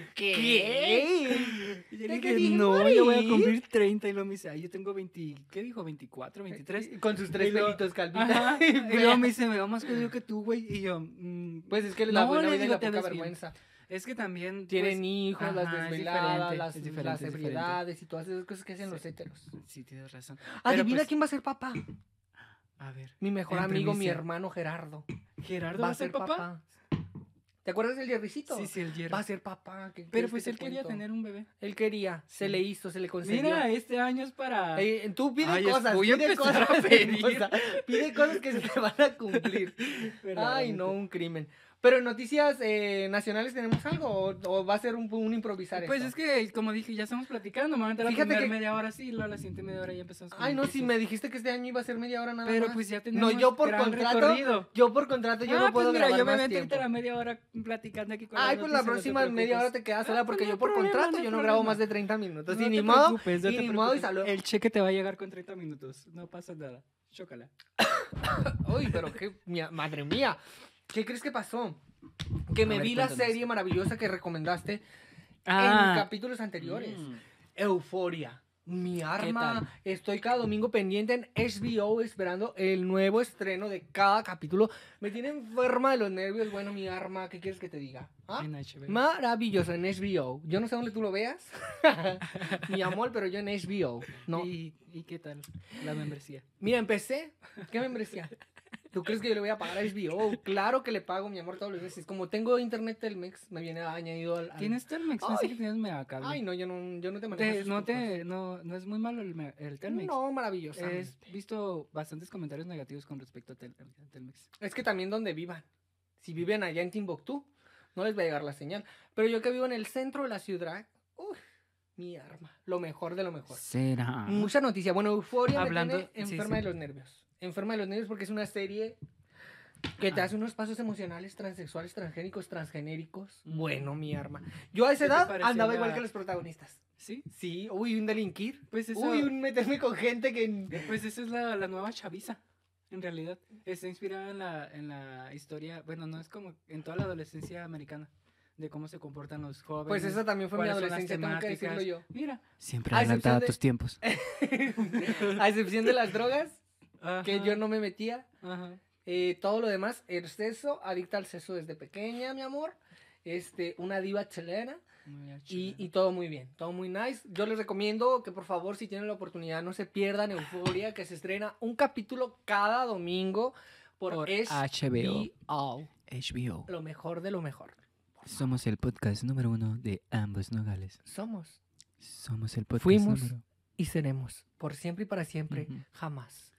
B: ¿Qué?
A: Y yo
B: ¿De
A: le
B: qué
A: dije,
B: dije,
A: no, yo voy a
B: morir?"
A: cumplir 30. Y lo me dice, ay, yo tengo 20, ¿qué dijo? 24,
B: Eh,
A: 23.
B: Con sus tres
A: Y luego-
B: pelitos, calvita.
A: Ajá. Y luego me dice, me veo más jodido que tú, güey. Y yo, "Mm,
B: Pues es que la
A: No,
B: buena
A: le
B: vida y
A: digo,
B: la
A: te
B: poca
A: ves bien.
B: vergüenza.
A: es que también...
B: Tienen
A: pues,
B: hijos, las
A: ajá, es
B: desveladas,
A: diferente,
B: las,
A: es diferente,
B: las
A: es diferente.
B: ebriedades y todas esas cosas que hacen
A: Sí.
B: los héteros.
A: Sí, tienes razón. Pero,
B: Adivina
A: pues,
B: quién va a ser papá.
A: A ver,
B: Mi mejor
A: en
B: amigo, mi
A: primicia.
B: hermano Gerardo.
A: ¿Gerardo
B: Va a ser papá. ¿Te acuerdas del hierricito?
A: Sí, sí, el Gerardo.
B: Va a ser papá. ¿qué quieres
A: Pero
B: que
A: pues
B: te
A: él quería
B: cuento? Pues,
A: tener un bebé.
B: Él quería, se
A: Sí.
B: le hizo, se le concedió.
A: Mira, este año es para...
B: Eh, tú pide
A: Ay, es-
B: cosas,
A: voy a
B: pide
A: empezar a
B: cosas,
A: pedir.
B: hermosa, pide cosas que se te van a cumplir. Ay,
A: verdaderamente.
B: no, un crimen. Pero en noticias eh, nacionales tenemos algo o, o va a ser un, un improvisar.
A: Pues
B: esto?
A: es que, como dije, ya estamos platicando. Normalmente la
B: Fíjate
A: primera
B: que-
A: media hora sí, luego la siguiente media hora ya empezamos. con
B: Ay, no, si
A: noticias.
B: me dijiste que este año iba a ser media hora nada
A: Pero
B: más.
A: pues ya tenemos
B: yo por
A: gran
B: contrato,
A: recorrido.
B: Yo por contrato yo
A: Ah,
B: no puedo
A: pues mira,
B: grabar
A: yo me
B: más
A: meto
B: tiempo.
A: ahorita la media hora platicando aquí con las
B: Ay, pues la
A: noticias, no te
B: próxima media hora
A: preocupes.
B: te quedas
A: Ah,
B: sola
A: pues
B: porque
A: no hay
B: yo por
A: problema,
B: contrato
A: no hay
B: yo no grabo
A: problema.
B: más de 30 minutos.
A: No
B: y
A: te
B: ni modo,
A: preocupes, no
B: y
A: te
B: ni modo y
A: preocupes.
B: salud.
A: El cheque te va a llegar con 30 minutos. No pasa nada. Chócala.
B: Uy, pero qué, mia- madre mía. ¿Qué crees que pasó? Que me
A: ver,
B: vi la
A: cuéntanos. Ah.
B: serie maravillosa que recomendaste en capítulos anteriores.
A: Mm.
B: Euforia. Mi arma. Estoy cada domingo pendiente en HBO esperando el nuevo estreno de cada capítulo. Me tiene enferma de los nervios. Bueno, mi arma, ¿qué quieres que te diga? ¿Ah?
A: En HBO.
B: Maravilloso en HBO. Yo no sé dónde tú lo veas, mi amor, pero yo en HBO. No.
A: ¿Y, ¿Y qué tal la membresía?
B: Mira, empecé. ¿Qué membresía? ¿Tú crees que yo le voy a pagar a HBO? Claro que le pago, mi amor, todos los meses. Como tengo internet Telmex, me viene añadido al. al-
A: Ah. ¿Tienes Telmex? Pensé
B: Ay.
A: que tienes megacable.
B: Ay, no, yo no, yo no te manejo.
A: Te-
B: esas
A: no,
B: cosas.
A: te, no, no es muy malo el, me- el Telmex.
B: No, maravilloso.
A: He visto bastantes comentarios negativos con respecto a, Tel- a Telmex.
B: Es que también donde vivan. Si viven allá en Timbuktu, no les va a llegar la señal. Pero yo que vivo en el centro de la ciudad, uy, mi arma. Lo mejor de lo mejor.
A: Será.
B: Mucha noticia. Bueno, Euforia
A: Hablando-
B: me tiene
A: sí,
B: enferma
A: sí.
B: de los nervios. Enferma de los nervios porque es una serie que te
A: Ah.
B: hace unos pasos emocionales transexuales, transgénicos, transgenéricos.
A: Mm.
B: Bueno, mi arma. Yo a esa
A: ¿Qué te
B: edad
A: pareció
B: andaba igual
A: la-
B: que los protagonistas.
A: Sí,
B: Sí, uy, un delinquir.
A: pues eso,
B: Uy, un meterme con gente que...
A: pues esa es la, la nueva chaviza, en realidad. Está inspirada en la, en la historia, bueno, no es como en toda la adolescencia americana, de cómo se comportan los jóvenes.
B: Pues esa también fue mi
A: cuáles son las
B: adolescencia, tengo que
A: temáticas.
B: decirlo yo.
A: Mira. Ah, Siempre
B: A excepción adelantada a de- tus
A: tiempos.
B: a excepción de las drogas, que yo no me metía. Eh, todo lo demás, el sexo, adicta al sexo desde pequeña, mi amor. Este, una diva chilena. Y, y todo muy bien, todo muy nice. Yo les recomiendo que por favor, si tienen la oportunidad, no se pierdan Euforia, que se estrena un capítulo cada domingo por, HBO.
A: HBO.
B: Lo mejor de lo mejor.
A: Somos el podcast número uno de ambos nogales.
B: Somos
A: Somos el podcast
B: Fuimos y seremos, por siempre y para siempre,
A: Ujú.
B: jamás.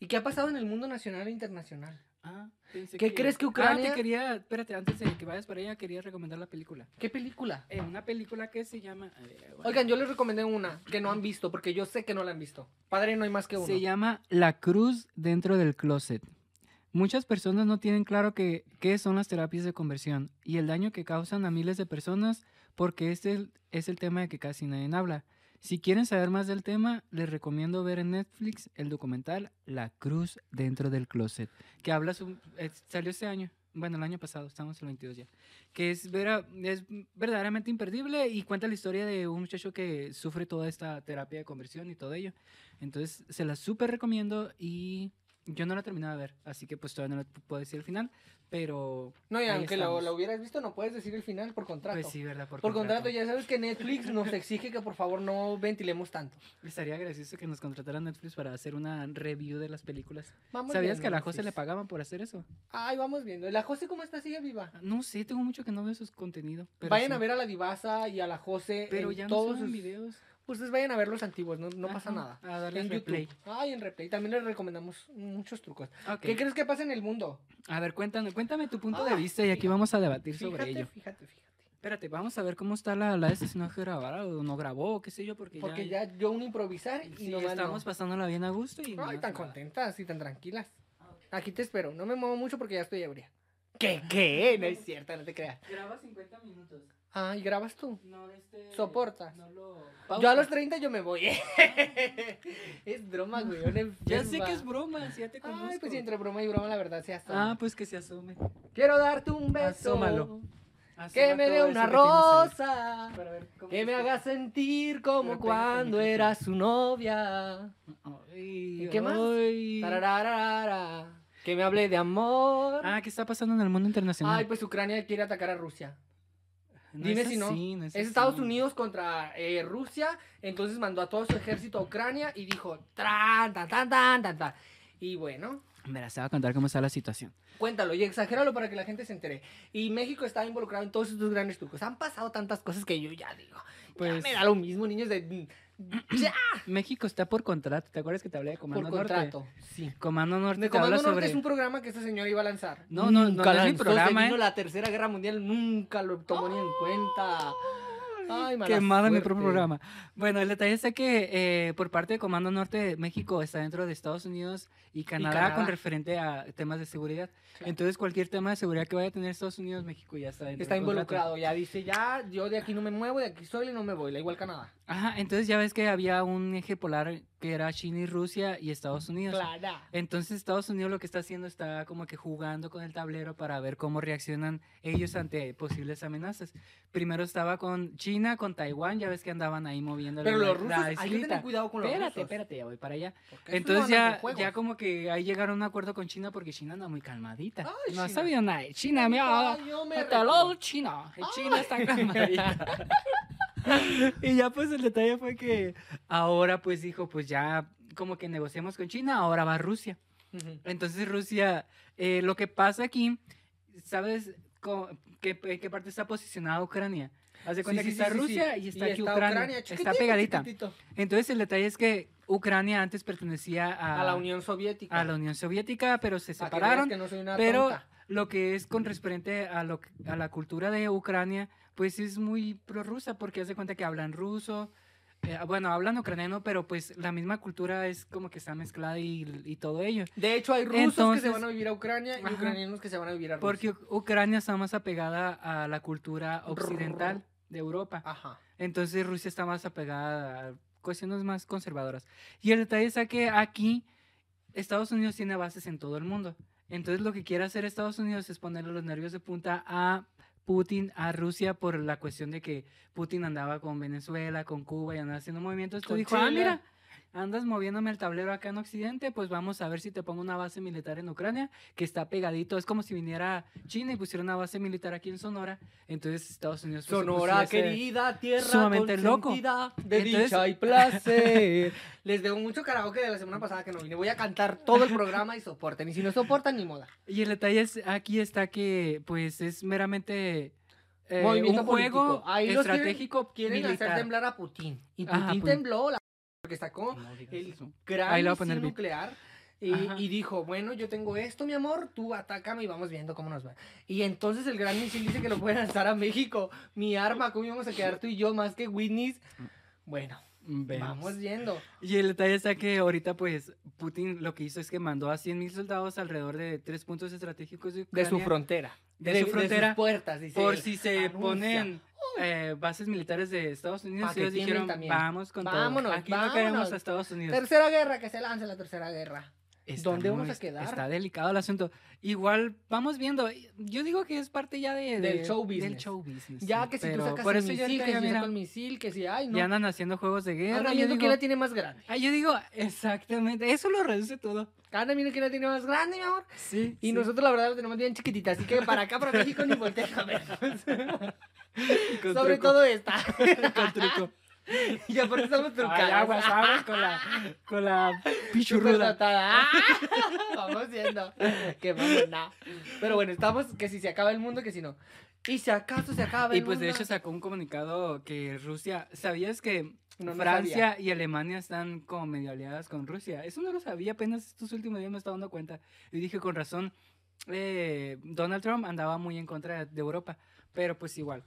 B: ¿Y qué ha pasado en el mundo nacional e internacional?
A: Ah, pensé
B: ¿Qué crees que
A: Ah,
B: Ucrania-
A: te quería, espérate, antes de que vayas para allá, quería recomendar la película.
B: ¿Qué película?
A: Eh, una película que se llama... a ver, bueno.
B: Oigan, yo les recomendé una que no han visto, porque yo sé que no la han visto. Padre, no hay más que uno.
A: Se llama La Cruz dentro del closet. Muchas personas no tienen claro que- qué son las terapias de conversión y el daño que causan a miles de personas porque este el- es el tema de que casi nadie habla. Si quieren saber más del tema, les recomiendo ver en Netflix el documental La Cruz dentro del closet, que habla su- eh, salió este año, bueno, el año pasado, estamos en el 22 ya, que es, vera- es verdaderamente imperdible y cuenta la historia de un muchacho que sufre toda esta terapia de conversión y todo ello. Entonces, se la súper recomiendo y yo no la terminaba de ver, así que pues todavía no la puedo decir el final, pero...
B: No, y
A: ahí
B: aunque la,
A: estamos.
B: la hubieras visto, no puedes decir el final por contrato.
A: Pues sí, ¿verdad?
B: Por contrato, ya sabes que Netflix nos exige que por favor no ventilemos tanto.
A: Estaría gracioso que nos contratara Netflix para hacer una review de las películas.
B: Vamos
A: ¿Sabías
B: viendo,
A: que a la
B: Netflix.
A: José le pagaban por hacer eso?
B: Ay, vamos viendo. ¿La José cómo está? ¿Sigue viva?
A: No sé, tengo mucho que no veo sus contenidos.
B: Vayan a ver a la Divaza y a la José.
A: Pero
B: en
A: ya no
B: todos
A: suben
B: sus-
A: videos.
B: ustedes vayan a ver los antiguos, no, no pasa
A: Ajá,
B: nada.
A: A darle
B: En
A: replay.
B: YouTube. Ay, en replay. También les recomendamos muchos trucos.
A: Ok.
B: ¿Qué crees que pasa en el mundo?
A: A ver, cuéntame, cuéntame tu punto
B: Ah,
A: de vista y aquí
B: fíjate,
A: vamos a debatir sobre
B: Fíjate,
A: ello.
B: fíjate, fíjate.
A: Espérate, vamos a ver cómo está la, la de si no grabará o no grabó o qué sé yo, porque,
B: Porque ya yo un improvisar y
A: sí,
B: no
A: estamos pasándola bien a gusto y...
B: Ay,
A: no
B: tan
A: hace nada.
B: contentas y tan tranquilas. Aquí te espero. No me muevo mucho porque ya estoy ebria. ¿Qué? ¿Qué? No es cierto, no te creas.
A: Graba 50 minutos.
B: Ah, ¿y grabas tú?
A: No, de este...
B: Soportas.
A: No lo...
B: Yo a
A: Pausa.
B: los 30 yo me voy. es broma, güey. una
A: Ya sé
B: enferma.
A: que es broma, si ya te conozco.
B: Ay, pues sí, entre broma y broma la verdad se asoma.
A: Ah, pues que se asome.
B: Quiero darte un beso.
A: Asómalo.
B: Que
A: Asoma
B: me dé
A: todo
B: una
A: eso que tienes ahí.
B: rosa.
A: Para ver cómo
B: Que me
A: te-
B: haga sentir
A: Pero
B: como
A: pégate
B: cuando
A: mi
B: era su novia.
A: Ay,
B: ¿Y qué más?
A: ay.
B: Tarararara. Que me hable de amor.
A: Ah, ¿qué está pasando en el mundo internacional?
B: Ay, pues Ucrania quiere atacar a Rusia.
A: No
B: dime
A: es
B: si no.
A: así, no
B: Es
A: así.
B: Estados Unidos contra eh, Rusia, entonces mandó a todo su ejército a Ucrania y dijo, tran, tan, tan, tan, tan, tan. Y bueno,
A: Mira, se va a contar cómo está la situación.
B: cuéntalo y exagéralo para que la gente se entere. Y México está involucrado en todos estos grandes trucos. Han pasado tantas cosas que yo ya digo.
A: Pues-
B: ya me da lo mismo, niños de... Ya,
A: México está por contrato. ¿Te acuerdas que te hablé de Comando
B: por
A: Norte?
B: contrato. Sí.
A: Comando Norte
B: De
A: te habla
B: Comando Norte
A: sobre...
B: es un programa que esta señora iba a lanzar.
A: No, no, no,
B: Nunca
A: no es mi
B: lanzó,
A: programa,
B: Se vino
A: ¿eh?
B: la Tercera Guerra Mundial, nunca lo tomó ni en cuenta. Ay, mala
A: Quemada mi
B: suerte.
A: propio programa. Bueno, el detalle está que eh, por parte de Comando Norte, México está dentro de Estados Unidos y Canadá, con
B: Canadá.
A: referente a temas de seguridad.
B: Claro.
A: Entonces, cualquier tema de seguridad que vaya a tener Estados Unidos, México ya está dentro
B: Está
A: del contrato.
B: involucrado, ya dice, ya, yo de aquí no me muevo, de aquí soy y no me voy, la igual Canadá.
A: Ajá, entonces ya ves que había un eje polar que era China y Rusia y Estados Unidos.
B: Clara.
A: Entonces Estados Unidos lo que está haciendo está como que jugando con el tablero para ver cómo reaccionan ellos ante posibles amenazas. Primero estaba con China, con Taiwán, ya ves que andaban ahí moviendo
B: Pero
A: la-
B: los
A: la
B: rusos, hay que tener
A: islita.
B: cuidado con los
A: Espérate,
B: rusos.
A: espérate, ya voy para allá.
B: porque estos no
A: Entonces
B: andan
A: ya,
B: con juegos.
A: ya como que ahí llegaron a un acuerdo con China porque China anda muy calmadita.
B: Ay,
A: no ha
B: China.
A: sabido nada. de China, mira,
B: Ay, yo me
A: hasta
B: retiro.
A: luego, China. China está calmadita. y ya pues el detalle fue que ahora pues dijo, pues ya como que negociamos con China, ahora va Rusia.
B: Ujú.
A: Entonces Rusia, eh, lo que pasa aquí, ¿sabes co- qué, en qué parte está posicionada Ucrania? Haz de cuenta
B: Sí,
A: que
B: sí,
A: está
B: sí, sí,
A: Rusia
B: sí.
A: y está aquí Ucrania. está
B: chiquitito,
A: pegadita.
B: chiquitito.
A: Entonces el detalle es que Ucrania antes pertenecía a,
B: A la Unión Soviética.
A: Ah. a la Unión Soviética, pero se
B: Para que
A: separaron.
B: veas que no soy una
A: pero
B: tonta.
A: lo que es con referente a, lo, que- a la cultura de Ucrania, pues es muy prorrusa porque hace cuenta que hablan ruso. eh, bueno, hablan ucraniano, pero pues la misma cultura es como que está mezclada y, y todo ello.
B: De hecho, hay rusos que
A: Entonces-
B: se van a vivir a Ucrania y
A: Ajá.
B: ucranianos que se van a vivir a Rusia.
A: Porque Uc- Ucrania está más apegada a la cultura occidental de Europa.
B: Ajá.
A: Entonces Rusia está más apegada a cuestiones más conservadoras. Y el detalle es que aquí Estados Unidos tiene bases en todo el mundo. Entonces lo que quiere hacer Estados Unidos es ponerle los nervios de punta a Putin, a Rusia, por la cuestión de que Putin andaba con Venezuela, con Cuba y andaba haciendo movimientos. Tú
B: Con
A: dijo, ah,
B: Chile".
A: mira, andas moviéndome el tablero acá en Occidente, pues vamos a ver si te pongo una base militar en Ucrania, que está pegadito. Es como si viniera China y pusiera una base militar aquí en Sonora. Entonces Estados Unidos... pues, se
B: Sonora
A: pusiese-
B: querida, tierra
A: sumamente loco.
B: consentida, de
A: Entonces-
B: dicha y placer. Les debo mucho karaoke de la semana pasada que no vine. Voy a cantar todo el programa y soporten. Y si no soportan, ni moda.
A: Y el detalle es, aquí está que, pues, es meramente eh,
B: Movimiento
A: un juego
B: político. Ahí los quieren-
A: estratégico
B: Quieren hacer
A: militar.
B: temblar a Putin. Y
A: Ajá,
B: Putin
A: Putin.
B: tembló la... porque sacó
A: No digas
B: el
A: eso.
B: gran
A: Ahí le voy a
B: misil
A: poner beat.
B: nuclear. Y,
A: Ajá.
B: y dijo, bueno, yo tengo esto, mi amor, tú atácame y vamos viendo cómo nos va. Y entonces el gran misil dice que lo pueden lanzar a México. Mi arma, ¿cómo íbamos a quedar tú y yo más que Whitney? Bueno,
A: Vemos.
B: vamos yendo.
A: Y el detalle está que ahorita, pues, Putin lo que hizo es que mandó a 100 mil soldados alrededor de tres puntos estratégicos de,
B: De su
A: Ucrania
B: frontera.
A: De su frontera,
B: sus puertas, dice.
A: Por
B: él.
A: si se
B: anuncia.
A: ponen eh, bases militares de Estados Unidos,
B: Pa' que
A: ellos
B: tiemblen
A: dijeron,
B: también.
A: vamos con
B: Vámonos,
A: todo. Aquí no queremos
B: vámonos.
A: a Estados Unidos.
B: Tercera guerra, que se lance la tercera guerra.
A: Está
B: ¿Dónde vamos
A: muy-
B: a quedar?
A: Está delicado el asunto. Igual vamos viendo. Yo digo que es parte ya de,
B: Del
A: de-
B: show
A: Del
B: business.
A: show business.
B: Ya
A: sí,
B: que si
A: pero
B: tú sacas
A: por
B: el
A: eso ya
B: misil,
A: ahorita
B: que
A: ya
B: si yo
A: mira,
B: saco el misil, que si, ay, no.
A: ya andan haciendo juegos de guerra.
B: Anda
A: Yo
B: viendo
A: digo,
B: quién la tiene más grande.
A: ah, yo digo, exactamente. Eso lo reduce todo.
B: Anda viendo quién la tiene más grande, mi amor.
A: Sí.
B: Y nosotros, la verdad, la tenemos bien chiquitita. Así que para acá, para México, ni voltees a ver. Sobre todo esta.
A: con truco.
B: y aparte estamos trucadas.
A: Ay, aguas, aguas con la, con la
B: Súper Ah,
A: pichurruda.
B: tratada. Vamos viendo. Qué mamona. Pero bueno, estamos que si se acaba el mundo, que si no. Y si acaso se acaba.
A: Y
B: el
A: pues de
B: mundo.
A: hecho sacó un comunicado que Rusia, ¿sabías que
B: No, no
A: Francia y Alemania están como medio aliadas con Rusia? Eso no lo sabía, apenas estos últimos días me estaba dando cuenta. Y dije con razón, eh, Donald Trump andaba muy en contra de Europa, pero pues igual.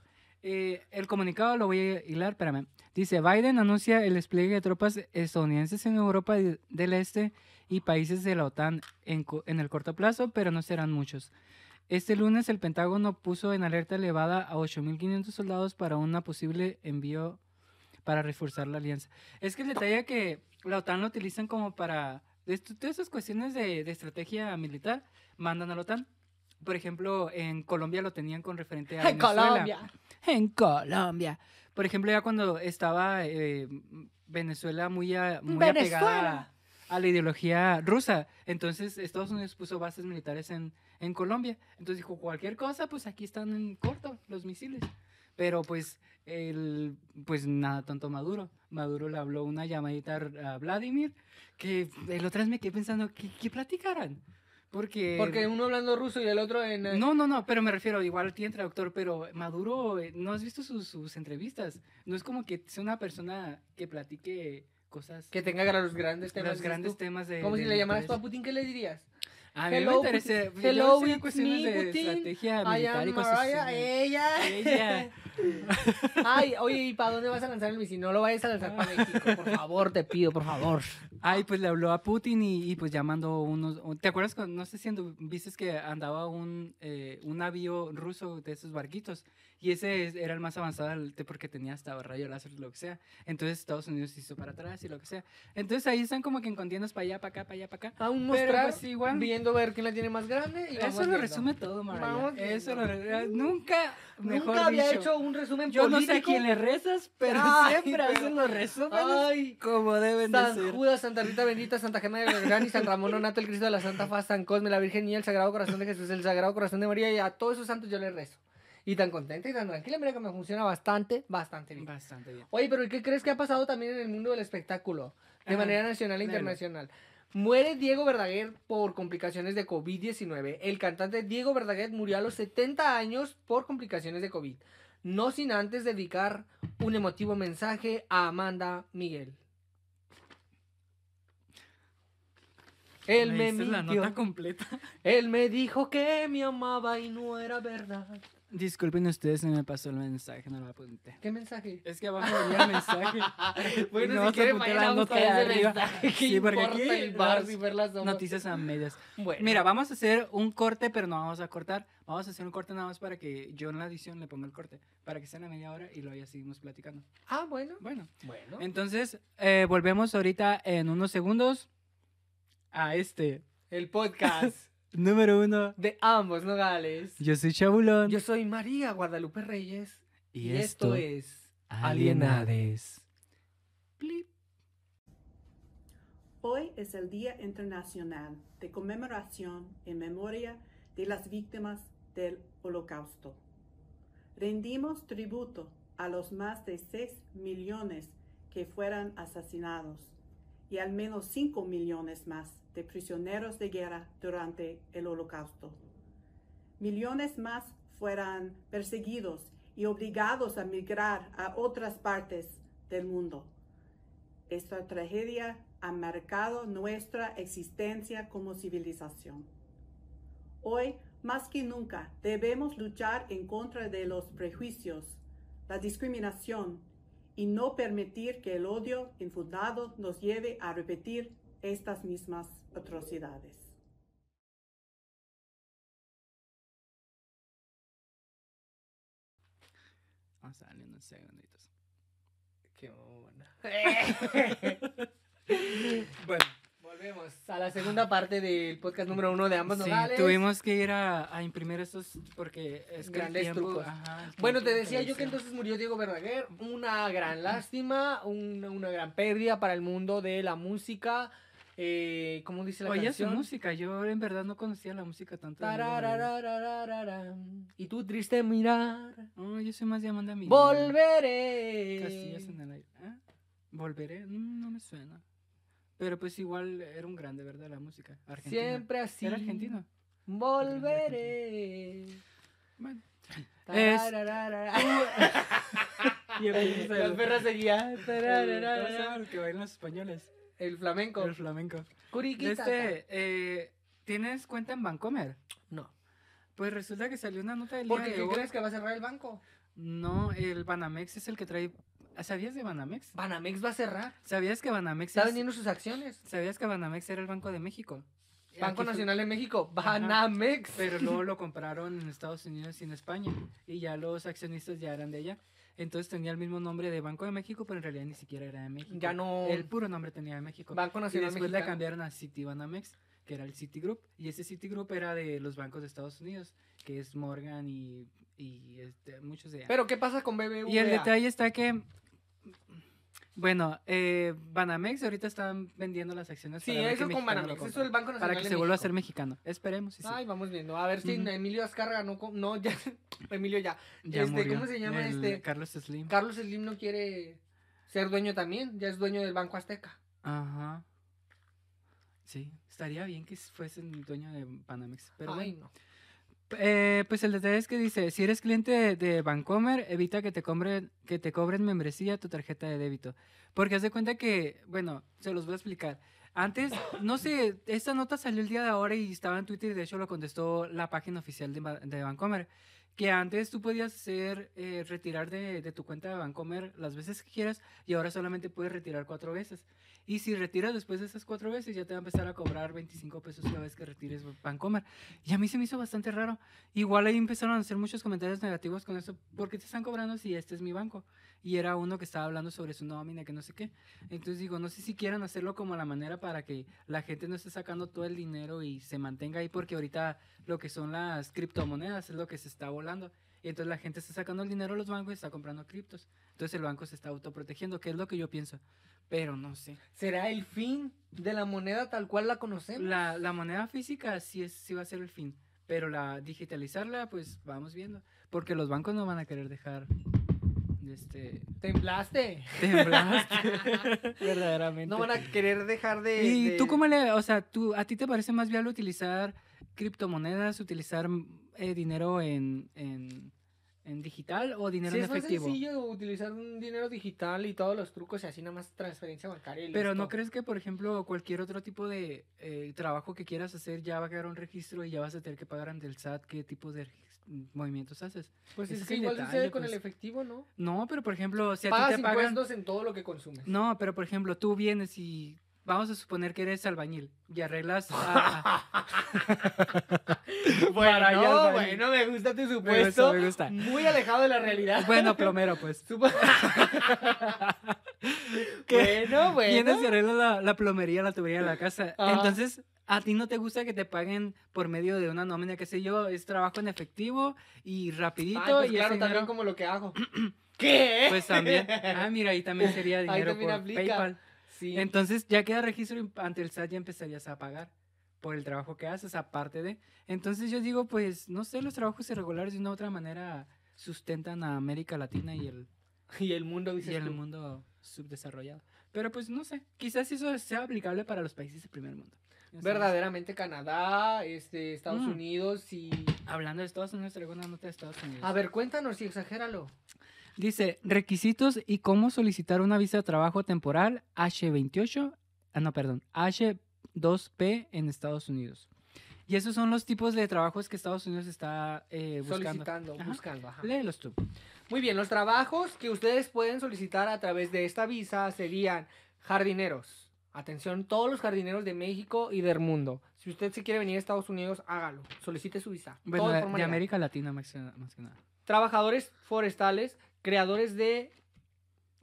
A: Eh, el comunicado lo voy a hilar, espérame. Dice, Biden anuncia el despliegue de tropas estadounidenses en Europa de- del Este y países de la OTAN en, co- en el corto plazo, pero no serán muchos. Este lunes el Pentágono puso en alerta elevada a 8.500 soldados para un posible envío para reforzar la alianza. Es que el detalle que la OTAN lo utilizan como para... de esto- todas esas cuestiones de, de estrategia militar, mandan a la OTAN. Por ejemplo, en Colombia lo tenían con referente a
B: En
A: Venezuela.
B: Colombia.
A: En Colombia. Por ejemplo, ya cuando estaba eh, Venezuela muy, a- muy apegada
B: Venezuela.
A: a la ideología rusa, entonces Estados Unidos puso bases militares en, en Colombia. Entonces dijo, cualquier cosa, pues aquí están en corto los misiles. Pero pues, el, pues nada, tanto Maduro. Maduro le habló una llamadita a Vladimir, que el otro vez me quedé pensando, ¿qué, qué platicarán? Porque...
B: Porque uno hablando ruso y el otro en. eh,
A: No, no, no, pero me refiero, igual tiene traductor, pero Maduro, eh, ¿no has visto sus, sus entrevistas? No es como que sea una persona que platique cosas,
B: Que tenga gra- los grandes temas.
A: los
B: dices
A: grandes
B: tú.
A: temas de...
B: Como si
A: del
B: le llamaras tú
A: interés.
B: a Putin, ¿qué le dirías?
A: A mí me
B: "Hello,
A: interesa,
B: Putin.
A: yo
B: Hello,
A: estoy en
B: it's
A: cuestiones
B: me,
A: de
B: Putin.
A: estrategia
B: I
A: Ah, militar y
B: am
A: cosas así,
B: Mariah,
A: ¿no?
B: ella.
A: Ella.
B: Ay, oye, ¿y para dónde vas a lanzar el misil? No lo vayas a lanzar para México, por favor, te pido, por favor.
A: Ay, pues le habló a Putin y, y pues ya mandó unos... un- ¿Te acuerdas cuando, no sé si andu- viste que andaba un, eh, un navío ruso de esos barquitos? Y ese es- era el más avanzado del- te- porque tenía hasta rayo láser, lo que sea. Entonces Estados Unidos hizo para atrás y lo que sea. Entonces ahí están como que en contiendas para allá, para acá, para allá, para acá.
B: Aún
A: Pero
B: mostrar,
A: pues igual-
B: viendo ver quién la tiene más grande. Y vamos
A: Eso lo
B: viendo.
A: resume todo,
B: Vamos
A: Mariah. Eso lo
B: viendo.
A: re- eh, Nunca, mejor
B: Nunca había
A: dicho.
B: hecho un resumen
A: Yo no
B: político.
A: sé a quién le rezas, pero
B: Ay,
A: siempre a veces
B: pero-
A: lo resumen
B: Ay,
A: como deben de
B: San
A: ser.
B: Judas, Santa Rita Bendita, Santa Germán de Bergani, San Ramón Nonato, el Cristo de la Santa Faz, San Cosme, la Virgen y el Sagrado Corazón de Jesús, el Sagrado Corazón de María y a todos esos santos yo les rezo. Y tan contenta y tan tranquila, mira que me funciona bastante, bastante bien.
A: Bastante bien.
B: Oye, pero ¿qué crees que ha pasado también en el mundo del espectáculo? De
A: Ajá,
B: manera nacional e
A: léelo.
B: internacional. Muere Diego Verdaguer por complicaciones de COVID-19. El cantante Diego Verdaguer murió a los 70 años por complicaciones de COVID. No sin antes dedicar un emotivo mensaje a Amanda Miguel. Él
A: Me
B: me,
A: dices la
B: mintió.
A: nota completa.
B: Él me dijo que me amaba y no era verdad.
A: Disculpen ustedes, se me pasó el mensaje, no lo apunté.
B: ¿Qué mensaje?
A: Es que abajo venía el mensaje.
B: Bueno,
A: No,
B: si
A: se
B: quieren
A: apunté
B: mañana
A: la
B: buscar
A: nota de
B: ese
A: arriba.
B: mensaje que
A: Sí, porque
B: importa
A: aquí
B: el bar
A: las
B: y ver las nomas.
A: Noticias a medias.
B: Bueno,
A: Mira, vamos a hacer un corte, pero no vamos a cortar. Vamos a hacer un corte nada más para que yo en la edición le ponga el corte. Para que sea la media hora y luego ya seguimos platicando.
B: Ah, bueno.
A: Bueno,
B: Bueno.
A: entonces eh, volvemos ahorita en unos segundos a este
B: El podcast
A: número uno.
B: de ambos nogales.
A: Yo soy Chabulón.
B: Yo soy María Guadalupe Reyes y, esto es
A: Alienades. Plip.
C: Hoy es el Día Internacional de Conmemoración en memoria de las víctimas del Holocausto. Rendimos tributo a los más de 6 millones que fueron asesinados y al menos 5 millones más de prisioneros de guerra durante el Holocausto. Millones más fueron perseguidos y obligados a migrar a otras partes del mundo. Esta tragedia ha marcado nuestra existencia como civilización. Hoy, más que nunca, debemos luchar en contra de los prejuicios, la discriminación y no permitir que el odio infundado nos lleve a repetir estas mismas atrocidades.
A: Vamos a darle unos segunditos.
B: Qué buena. bueno, volvemos a la segunda parte del podcast número uno de ambos
A: Sí,
B: nogales.
A: tuvimos que ir a, a imprimir estos porque es que el
B: Grandes
A: tiempo-
B: trucos.
A: ajá, el
B: Bueno,
A: tiempo
B: te
A: de
B: decía yo que
A: televisión.
B: entonces murió Diego Verdaguer. Una gran lástima, una, una gran pérdida para el mundo de la música. Eh, ¿Cómo dice la
A: Oye, su
B: canción?
A: música, yo en verdad no conocía la música tanto. de Diego Verdaguer.
B: Tararararararam. Y tú triste mirar,
A: No, yo soy más de Amanda Miguel.
B: volveré.
A: Castillos en el aire. ¿Ah? Volveré, Mm, no me suena. Pero pues igual era un grande, ¿verdad? La música. Argentina.
B: Siempre así.
A: Era argentino.
B: Volveré.
A: Bueno. Es-
B: Tarararara. Ah,
A: Y
B: eh,
A: empieza
B: Las
A: el,
B: perras seguían.
A: el- ¿cómo se llama
B: Tarararara.
A: el que bailan los españoles.
B: El flamenco.
A: El flamenco. De
B: Curiquita.
A: Este, eh, ¿tienes cuenta en Bancomer?
B: No.
A: Pues resulta que salió una nota del día
B: Porque
A: de
B: ¿qué
A: hoy.
B: crees que va a cerrar el banco?
A: No, el Banamex es el que trae. ¿Sabías de Banamex?
B: Banamex va a cerrar.
A: ¿Sabías que Banamex
B: Está
A: es-
B: vendiendo sus acciones.
A: ¿Sabías que Banamex era el Banco de México?
B: Banco
A: Aquí fue-
B: Nacional de México.
A: Ajá.
B: Banamex.
A: Pero luego lo compraron en Estados Unidos y en España. Y ya los accionistas ya eran de allá. Entonces tenía el mismo nombre de Banco de México, pero en realidad ni siquiera era de México.
B: Ya no.
A: El puro nombre tenía de México.
B: Banco
A: Y
B: Nacional
A: después
B: Mexicano.
A: la cambiaron a Citibanamex, que era el Citigroup. Y ese Citigroup era de los bancos de Estados Unidos, que es Morgan y, y, este, muchos de
B: Pero ¿qué pasa con BBVA?
A: Y el detalle está que, bueno, eh, Banamex ahorita están vendiendo las acciones
B: Sí,
A: para ver
B: eso
A: qué
B: con
A: mexicano lo
B: Banamex. Eso
A: compra,
B: el Banco Nacional
A: para que
B: de
A: se vuelva a
B: México.
A: ser mexicano. Esperemos. y sí.
B: Ay, vamos viendo. A ver si
A: Ujú.
B: Emilio Azcárraga no... com- No, ya. Emilio ya.
A: Ya
B: este,
A: murió.
B: ¿cómo se llama
A: El
B: este?
A: Carlos Slim.
B: Carlos Slim no quiere ser dueño también. Ya es dueño del Banco Azteca.
A: Ajá. Sí, estaría bien que fuesen dueño de Banamex. Pero
B: Ay,
A: bueno.
B: no.
A: Eh, pues el detalle es que dice, si eres cliente de, de Bancomer, evita que te, cobren, que te cobren membresía tu tarjeta de débito. Porque haz de cuenta que, bueno, se los voy a explicar. Antes, no sé, esta nota salió el día de ahora y estaba en Twitter y de hecho lo contestó la página oficial de, Ba- de Bancomer. Que antes tú podías hacer, eh, retirar de, de tu cuenta de Bancomer las veces que quieras y ahora solamente puedes retirar cuatro veces. Y si retiras después de esas cuatro veces ya te va a empezar a cobrar 25 pesos cada vez que retires Bancomer. Y a mí se me hizo bastante raro. Igual ahí empezaron a hacer muchos comentarios negativos con eso. ¿Por qué te están cobrando si este es mi banco? Y era uno que estaba hablando sobre su nómina, que no sé qué. Entonces digo, no sé si quieran hacerlo como la manera para que la gente no esté sacando todo el dinero y se mantenga ahí, porque ahorita lo que son las criptomonedas es lo que se está volando. Y entonces la gente está sacando el dinero de los bancos y está comprando criptos. Entonces el banco se está autoprotegiendo, que es lo que yo pienso. Pero no sé.
B: ¿Será el fin de la moneda tal cual la conocemos?
A: La, la moneda física sí, es, sí va a ser el fin, pero la digitalizarla, pues vamos viendo. Porque los bancos no van a querer dejar este,
B: Temblaste.
A: temblaste, verdaderamente.
B: No van a querer dejar de...
A: ¿Y
B: de-
A: tú cómo le, o sea, tú, a ti te parece más viable utilizar criptomonedas, utilizar mm, eh, dinero en, en, en digital o dinero
B: Sí,
A: en
B: es más
A: efectivo?
B: sencillo utilizar un dinero digital y todos los trucos y así nada más transferencia bancaria. y
A: Pero
B: listo.
A: ¿no crees que, por ejemplo, cualquier otro tipo de eh, trabajo que quieras hacer ya va a quedar un registro y ya vas a tener que pagar ante el SAT qué tipo de regis- movimientos haces?
B: Pues
A: Ese
B: es
A: es
B: que
A: el
B: igual
A: detalle,
B: sucede con
A: pues.
B: el efectivo, ¿no?
A: No, pero por ejemplo, si a ti
B: Pagas
A: te pagan...
B: impuestos en todo lo que consumes.
A: No, pero por ejemplo, tú vienes y vamos a suponer que eres albañil y arreglas... a- Para allá,
B: no,
A: vaya.
B: bueno, me gusta tu
A: Me gusta,
B: supuesto.
A: me gusta.
B: Muy alejado de la realidad.
A: Bueno, plomero, pues.
B: Supo- Bueno,
A: Vienes y
B: bueno. Ah.
A: arreglas la, la plomería, la tubería de la casa.
B: Ajá.
A: Entonces, a ti no te gusta que te paguen por medio de una nómina, qué sé yo, es trabajo en efectivo y rapidito.
B: Ay, pues
A: y ese
B: claro,
A: dinero-
B: también como lo que hago. ¿Qué?
A: Pues también. Ah, mira, ahí también sería
B: Ahí
A: dinero
B: también
A: por
B: aplica.
A: PayPal.
B: Sí.
A: Entonces ya queda registro y ante el SAT ya empezarías a pagar por el trabajo que haces, aparte de. Entonces yo digo, pues, no sé, los trabajos irregulares de una u otra manera sustentan a América Latina y el,
B: Y el mundo dice.
A: y el mundo subdesarrollado. Pero pues no sé, quizás eso sea aplicable para los países del primer mundo. Ya sabes.
B: Verdaderamente Canadá, este, Estados
A: Mm.
B: Unidos y...
A: Hablando de Estados Unidos, traigo una nota de Estados Unidos.
B: A ver, cuéntanos y exagéralo.
A: Dice, requisitos y cómo solicitar una visa de trabajo temporal H28, ah, no, perdón, H2P en Estados Unidos. Y esos son los tipos de trabajos que Estados Unidos está eh, buscando.
B: Solicitando,
A: Ajá.
B: buscando. Ajá.
A: Léelos tú.
B: Muy bien, los trabajos que ustedes pueden solicitar a través de esta visa serían jardineros. Atención, todos los jardineros de México y del mundo. Si usted se quiere venir a Estados Unidos, hágalo. Solicite su visa.
A: Bueno,
B: Todo de
A: de,
B: forma
A: de
B: legal.
A: América Latina más que, más que nada.
B: Trabajadores forestales, creadores de...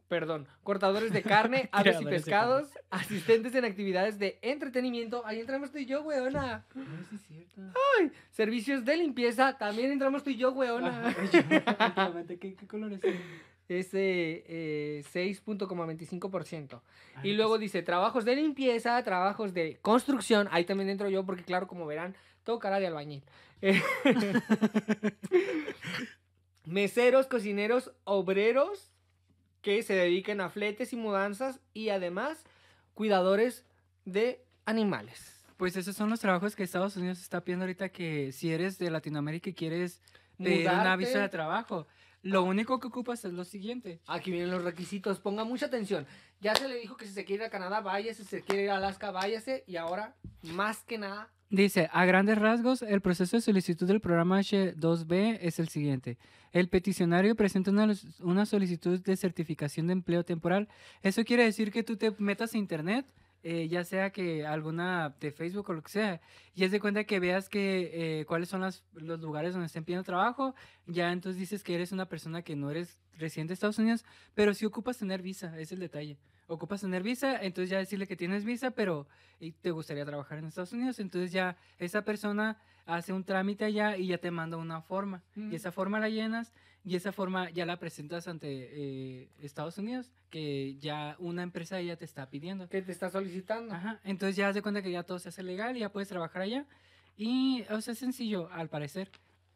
B: Perdón, cortadores de carne, aves y
A: Creadores de carne.
B: pescados, asistentes en actividades de entretenimiento. Ahí entramos tú y yo, weona. Servicios de limpieza, también entramos tú y yo, weona.
A: ¿qué, color es?
B: Ese eh, 6.25%.
A: Ah,
B: Y luego
A: pues
B: dice trabajos de limpieza, trabajos de construcción. Ahí también entro yo, porque claro, como verán, todo cara de albañil. Eh, Meseros, cocineros, obreros que se dediquen a fletes y mudanzas y además cuidadores de animales.
A: Pues esos son los trabajos que Estados Unidos está pidiendo ahorita que si eres de Latinoamérica y quieres pedir un aviso de
B: Mudarte.
A: trabajo. Lo único que ocupas es lo siguiente.
B: Aquí vienen los requisitos, ponga mucha atención. Ya se le dijo que si se quiere ir a Canadá, váyase, si se quiere ir a Alaska, váyase. Y ahora, más que nada,
A: Dice, a grandes rasgos, el proceso de solicitud del programa H2B es el siguiente. El peticionario presenta una, los- una solicitud de certificación de empleo temporal. Eso quiere decir que tú te metas a internet, eh, ya sea que alguna app de Facebook o lo que sea, y es de cuenta que veas que eh, cuáles son las- los lugares donde estén pidiendo trabajo, ya entonces dices que eres una persona que no eres residente de Estados Unidos, pero sí ocupas tener visa, es el detalle. Ocupas tener visa, entonces ya decirle que tienes visa, pero y te gustaría trabajar en Estados Unidos, entonces ya esa persona hace un trámite allá y ya te manda una forma.
B: Mm.
A: Y esa forma la llenas y esa forma ya la presentas ante eh, Estados Unidos, que ya una empresa ya te está pidiendo.
B: que te está solicitando.
A: Ajá, entonces ya haz de cuenta que ya todo se hace legal y ya puedes trabajar allá. Y, o sea, es sencillo, al parecer.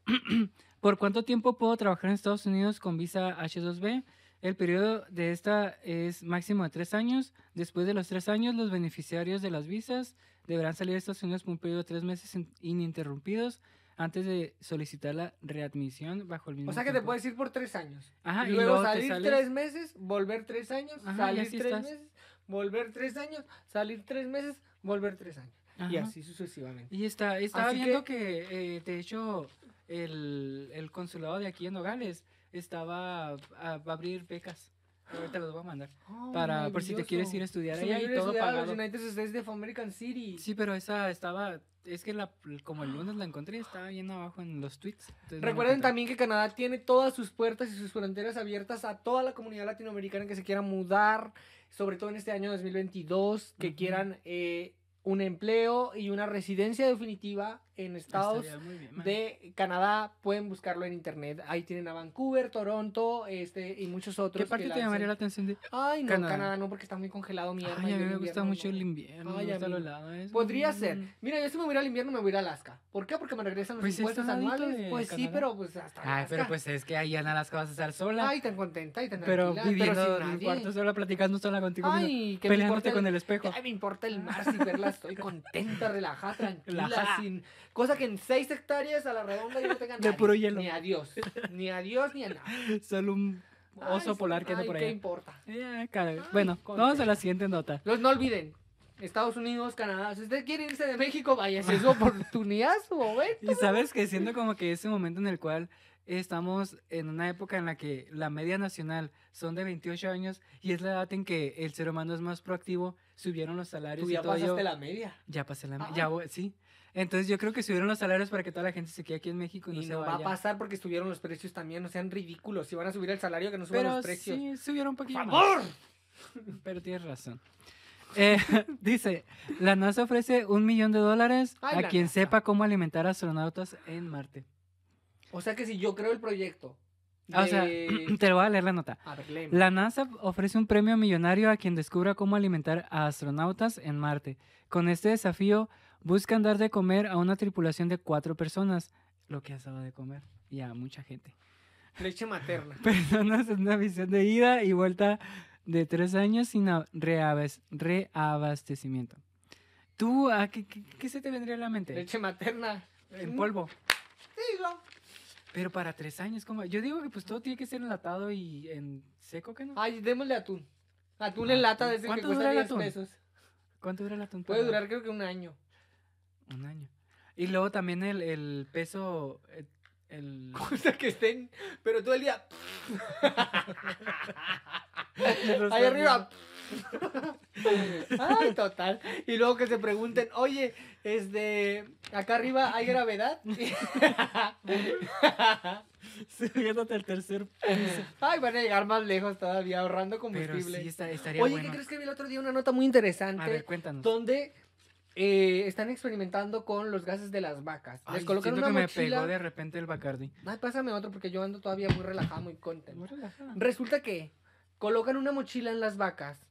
A: ¿Por cuánto tiempo puedo trabajar en Estados Unidos con visa H2B? El periodo de esta es máximo de tres años. Después de los tres años, los beneficiarios de las visas deberán salir de Estados Unidos por un periodo de tres meses in- ininterrumpidos antes de solicitar la readmisión bajo el mismo
B: O sea que te
A: tiempo.
B: puedes ir por tres años.
A: Ajá,
B: y luego
A: te
B: salir
A: sales.
B: tres meses, volver tres años,
A: Ajá, y
B: salir
A: así
B: tres
A: estás.
B: meses, volver tres años, salir tres meses, volver tres años. Y
A: Ajá.
B: así sucesivamente.
A: Y está, estaba
B: Así
A: viendo que, eh, de hecho, el, el consulado de aquí en Nogales estaba a, va a abrir becas. Ahorita los voy a mandar.
B: Oh,
A: Para, por si te quieres ir a estudiar allá y todo
B: Los
A: pagado.
B: United States of American City.
A: Sí, pero esa estaba, es que la, como el lunes la encontré, estaba bien abajo en los tweets. entonces no la
B: Recuerden
A: encontré.
B: también que Canadá tiene todas sus puertas y sus fronteras abiertas a toda la comunidad latinoamericana que se quiera mudar, sobre todo en este año 2022, que
A: Ujú.
B: quieran eh, un empleo y una residencia definitiva en Estados
A: Estaría muy bien, man.
B: de Canadá. Pueden buscarlo en internet. Ahí tienen a Vancouver, Toronto este, y muchos otros.
A: ¿Qué
B: que
A: parte
B: la
A: te llamaría la
B: hacen.
A: atención de...?
B: Ay, no,
A: Canadá?
B: Canadá? no, porque está muy congelado mi alma.
A: Ay,
B: yo
A: a mí
B: en
A: me gusta
B: invierno
A: mucho
B: no.
A: el invierno,
B: Ay,
A: me
B: a
A: gusta
B: mí
A: lo
B: no.
A: helado, es
B: Podría
A: muy-
B: ser. Mira, yo si me voy a ir al invierno me voy a ir a Alaska. ¿Por qué? Porque me regresan los
A: Pues sí, está
B: impuestos
A: al ladito
B: anuales.
A: de
B: Pues sí,
A: Canadá.
B: pero pues hasta
A: Ay, pero
B: Alaska.
A: pues es que ahí en Alaska vas a estar sola.
B: Ay, tan contenta y tan
A: pero
B: tranquila.
A: viviendo
B: sin
A: en un
B: nadie.
A: cuarto sola, platicando sola contigo. misma.
B: Ay, que me importa
A: peleándote con
B: el...
A: el espejo.
B: Ay, me importa el mar si verla, estoy contenta, relajada, tranquila,
A: Relajada.
B: sin... Cosa que en seis hectáreas a la redonda yo no tenga
A: De
B: nadie,
A: puro hielo.
B: Ni adiós, ni adiós, ni a nada.
A: Solo un oso
B: Ay,
A: polar que anda
B: ay,
A: por
B: ¿qué
A: ahí.
B: importa? Ay,
A: bueno, vamos a
B: contenta.
A: la siguiente nota.
B: Los, no olviden, Estados Unidos, Canadá, si usted quiere irse de México, vaya, si es su oportunidad, su momento.
A: Y sabes que siento como que ese momento en el cual estamos en una época en la que la media nacional son de 28 años y es la edad en que el ser humano es más proactivo, subieron los salarios
B: Tú
A: y
B: ya
A: todo ello.
B: pasaste la media.
A: Ya pasé la...
B: Ah.
A: Ya, voy- sí. Entonces yo creo que subieron los salarios para que toda la gente se quede aquí en México y no
B: Y
A: se
B: no va a
A: vaya.
B: pasar porque estuvieron los precios también, no sean ridículos. Si van a subir el salario, que no suban
A: Pero
B: los precios.
A: sí, subieron un
B: ¡Por
A: poquito más.
B: favor!
A: Pero tienes razón. Eh, dice, la NASA ofrece un millón de dólares
B: Ay,
A: a
B: la
A: quien
B: NASA.
A: sepa cómo alimentar astronautas en Marte.
B: O sea que si yo creo el proyecto.
A: Ah, O sea,
B: de-
A: te lo voy a leer la nota.
B: A ver, léeme.
A: La NASA ofrece un premio millonario a quien descubra cómo alimentar a astronautas en Marte. Con este desafío buscan dar de comer a una tripulación de cuatro personas, lo que has dado de comer, y a mucha gente.
B: Leche materna.
A: personas en una misión de ida y vuelta de tres años sin a- reabas- reabastecimiento. ¿Tú a qué, qué- qué se te vendría a la mente?
B: Leche materna.
A: En polvo.
B: Digo.
A: Pero para tres años, ¿cómo? Yo digo que pues todo tiene que ser enlatado y en seco, ¿qué no? Ah,
B: Ay, démosle atún. Atún en Ah, lata desde que
A: ¿Cuánto
B: cuesta
A: dura el
B: 10
A: atún?
B: pesos.
A: ¿Cuánto dura la tontería?
B: Puede durar creo que un año.
A: Un año. Y luego también el, el peso, eh, el...
B: O sea que estén. Pero todo el día. Ahí
A: Ahí
B: arriba. Ay, total. Y luego que se pregunten, oye, este, acá arriba hay gravedad.
A: Subiéndote al tercer piso.
B: Ay, van a llegar más lejos todavía ahorrando
A: Pero sí,
B: combustible.
A: esta- estaría
B: oye,
A: bueno.
B: ¿qué crees que vi el otro día? Una nota muy
A: A
B: interesante.
A: ver, cuéntanos.
B: donde eh, están experimentando con los gases de las vacas.
A: Ay,
B: Les colocan
A: siento
B: una
A: que
B: mochila.
A: me pegó de repente el Bacardi.
B: Ay, pásame otro porque yo ando todavía muy relajado, muy contento. Resulta que colocan una mochila en las vacas.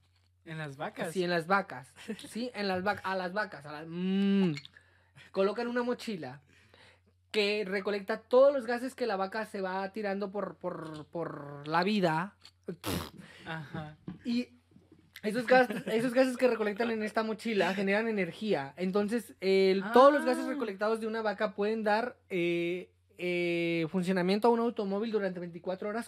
A: En las vacas.
B: Sí, en las vacas. Sí, en las vacas, a las vacas, a las- mm. Colocan una mochila que recolecta todos los gases que la vaca se va tirando por, por, por la vida.
A: Ajá.
B: Y esos gases, esos gases que recolectan en esta mochila generan energía. Entonces, el- todos los gases
A: Ah.
B: recolectados de una vaca pueden dar eh, eh, funcionamiento a un automóvil durante 24 horas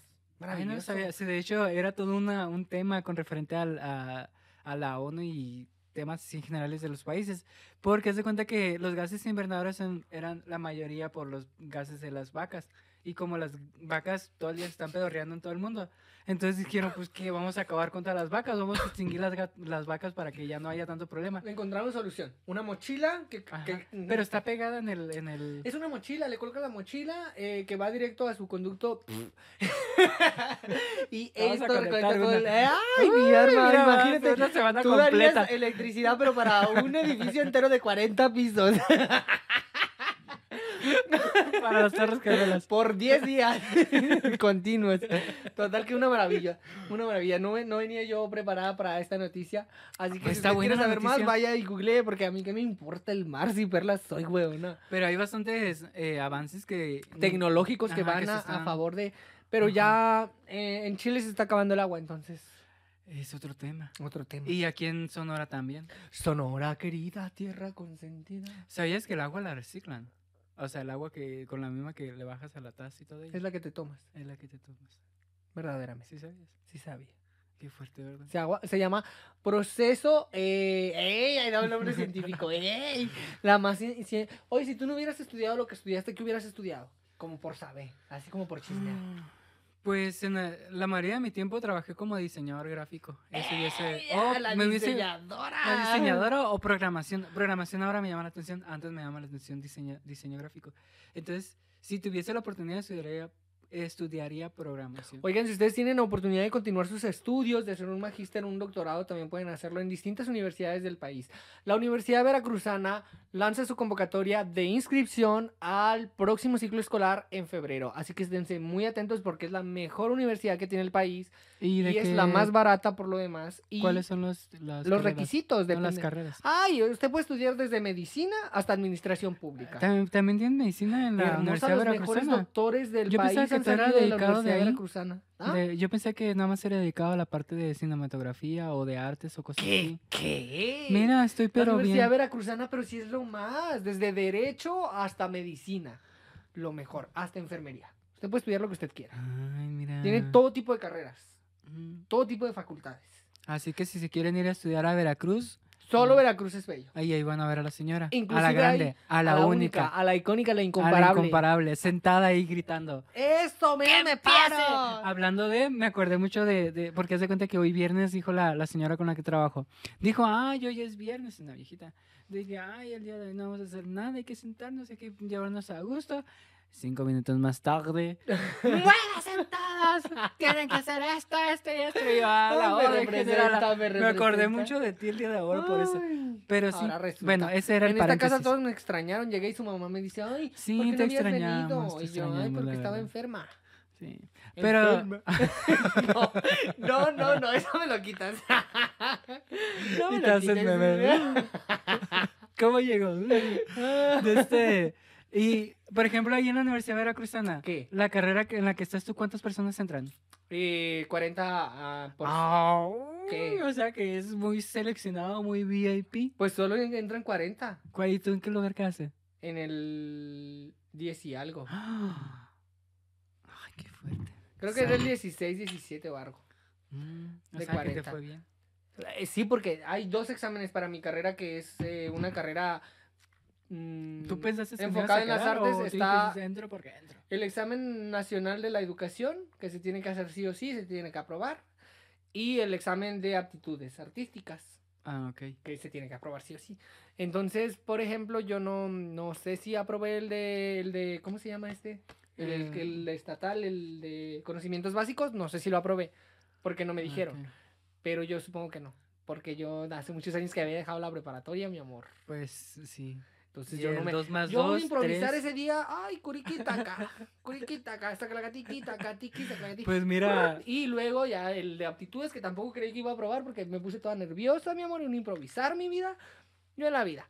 A: Ay, no
B: Maravilloso.
A: sabía, sí, de hecho, era todo una, un tema con referente al- a, a la ONU y temas así generales de los países, porque haz de cuenta que los gases invernaderos son- eran la mayoría por los gases de las vacas, y como las vacas todo el día están pedorreando en todo el mundo, entonces dijeron, pues que vamos a acabar contra las vacas, vamos a extinguir las, ga- las vacas para que ya no haya tanto problema.
B: Encontraron solución. Una mochila que...
A: Ajá,
B: que-
A: Pero está pegada en el... En el...
B: Es una mochila, le coloca la mochila eh, que va directo a su conducto. y
A: Vamos
B: esto
A: a
B: recolecta
A: conectar
B: todo el...
A: una.
B: ¡Ay, mi arma!
A: mira más,
B: imagínate,
A: una semana
B: tú
A: completa.
B: darías electricidad, pero para un edificio entero de 40 pisos.
A: Para los perros que duelas.
B: por 10 días continuos. Total que una maravilla, una maravilla. No, ve- no venía yo preparada para esta noticia, así que
A: Pues
B: si
A: está
B: usted
A: buena
B: quiere
A: la
B: saber más,
A: noticia.
B: vaya y googlee, porque a mí qué me importa el mar si perlas soy, huevona.
A: Pero hay bastantes eh, avances que...
B: Tecnológicos que
A: Ajá,
B: van
A: que se
B: a, a
A: están-
B: favor de... Pero ya eh, en Chile se está acabando el agua, entonces
A: Es otro tema.
B: otro tema.
A: Y aquí en Sonora también.
B: Sonora, querida, tierra consentida.
A: ¿Sabías que el agua la reciclan? O sea, el agua que con la misma que le bajas a la taza y todo ello,
B: Es
A: es,
B: la que te tomas,
A: la que te tomas.
B: verdaderamente.
A: ¿Sí sabías?
B: Sí sabía.
A: Qué fuerte, ¿verdad?
B: Se, agua- se llama proceso. Eh, ¡Ey! Ahí da un nombre científico. ¡Ey! La más. cien- cien- Oye, si tú no hubieras estudiado lo que estudiaste, ¿qué hubieras estudiado? Como por saber, así como por
A: Mm.
B: chismear.
A: Pues en la, la mayoría de mi tiempo trabajé como diseñador gráfico. Eso ya sé.
B: ¡Ey!
A: Oh,
B: ¡Ah, la
A: me hubiese-
B: diseñadora.
A: ¿la diseñadora o programación. Programación ahora me llama la atención. Antes me llama la atención diseño, diseño gráfico. Entonces, si tuviese la oportunidad, estudiaría, estudiaría programación.
B: Oigan, si ustedes tienen oportunidad de continuar sus estudios, de hacer un magíster, un doctorado, también pueden hacerlo en distintas universidades del país. La Universidad Veracruzana lanza su convocatoria de inscripción al próximo ciclo escolar en febrero. Así que esténse muy atentos porque es la mejor universidad que tiene el país y,
A: de
B: es la
A: qué-
B: más barata por lo demás. Y
A: ¿Cuáles son los, las
B: los
A: carreras?
B: requisitos Ah, de
A: No, las carreras?
B: Ay, usted puede estudiar desde medicina hasta administración pública.
A: También, también tienen medicina en la
B: Hermosa,
A: Universidad
B: los mejores
A: Veracruzana.
B: doctores del
A: Yo
B: país
A: pensaba que
B: han
A: tú eras
B: salido de la
A: dedicado de
B: Universidad
A: ahí.
B: Veracruzana. ¿Ah?
A: De- yo pensé que nada más era dedicado a la parte de cinematografía o de artes o cosas así.
B: ¿Qué?
A: Mira, estoy
B: la
A: pero
B: Universidad
A: bien.
B: Veracruzana, pero sí es lo más. Desde Derecho hasta Medicina. Lo mejor. Hasta Enfermería. Usted puede estudiar lo que usted quiera.
A: Ay, mira.
B: Tiene todo tipo de carreras.
A: Mm.
B: Todo tipo de facultades.
A: Así que si se quieren ir a estudiar a Veracruz,
B: Solo
A: Mm.
B: Veracruz es bello.
A: ahí, ahí van a ver a la señora. a
B: Inclusive
A: la
B: hay
A: grande, a la, única,
B: A la icónica, a la
A: a la
B: incomparable.
A: incomparable, sentada ahí gritando.
B: ¡Esto, mira, me paro!
A: Hablando de, me acordé mucho de, de- porque hace cuenta que hoy viernes dijo la, la señora con la que trabajo, dijo, ay, hoy es viernes, una viejita. Dije, ay, el día de hoy no vamos a hacer nada, hay que sentarnos, hay que llevarnos a gusto. Cinco minutos más tarde, ¡buenas sentadas! Tienen que hacer esto, esto y esto. Y yo, "Ah, la
B: Ay, me
A: orden general".
B: representa, me
A: Me acordé
B: representa.
A: mucho de ti el día de ahora por eso.
B: Ay.
A: Pero sí,
B: Ahora resulta.
A: bueno, ese era el
B: en esta casa
A: paréntesis.
B: todos me extrañaron. Llegué y su mamá me dice, ay,
A: Sí,
B: ¿por qué
A: te
B: no habías
A: extrañamos,
B: venido?
A: te
B: Y yo, ay,
A: extrañamos,
B: porque
A: la
B: estaba
A: verdad".
B: enferma.
A: Sí. Pero,
B: Enferma. no, no, no, eso me lo quitas. no
A: Y te haces meme. ¿cómo llegó? De este, y, por ejemplo, ahí en la Universidad Veracruzana,
B: ¿Qué?
A: la carrera que- en la que estás tú, ¿cuántas personas entran?
B: Eh, 40 ah, por...
A: Ah,
B: ¿Qué?
A: O sea que es muy seleccionado, muy VIP.
B: Pues solo en- entran 40
A: ¿Cuál- ¿Y tú en qué lugar quedaste?
B: en el 10 y algo.
A: Ay, qué fuerte.
B: Creo que era el
A: Sale.
B: 16, 17 o algo.
A: Mm, o
B: De
A: sea que te
B: 40.
A: fue bien.
B: Eh, Sí, porque hay dos exámenes para mi carrera que es eh, una carrera mm,
A: ¿Tú pensaste que me ibas a
B: enfocada en las
A: quedar
B: artes
A: o tú
B: está
A: dijiste, entro porque entro?
B: El examen nacional de la educación, que se tiene que hacer sí o sí, se tiene que aprobar. Y el examen de aptitudes artísticas,
A: Ah, ok.
B: que se tiene que aprobar sí o sí. Entonces, por ejemplo, yo no, no sé si aprobé el de, el de ¿cómo se llama este? El, el-
A: Eh.
B: el estatal, el de conocimientos básicos, no sé si lo aprobé, porque no me dijeron.
A: Ah, Ok.
B: Pero yo supongo que no, porque yo hace muchos años que había dejado la preparatoria, mi amor.
A: Pues sí.
B: Entonces
A: Y
B: yo no
A: el
B: me,
A: dos más
B: yo voy
A: dos,
B: a improvisar
A: tres.
B: ese día, ay, curiquitaca, curiquitaca, sacalacatiquitaca, tiquitaca,
A: Pues mira,
B: Y luego ya el de aptitudes que tampoco creí que iba a probar porque me puse toda nerviosa, mi amor, en improvisar mi vida, yo en la vida.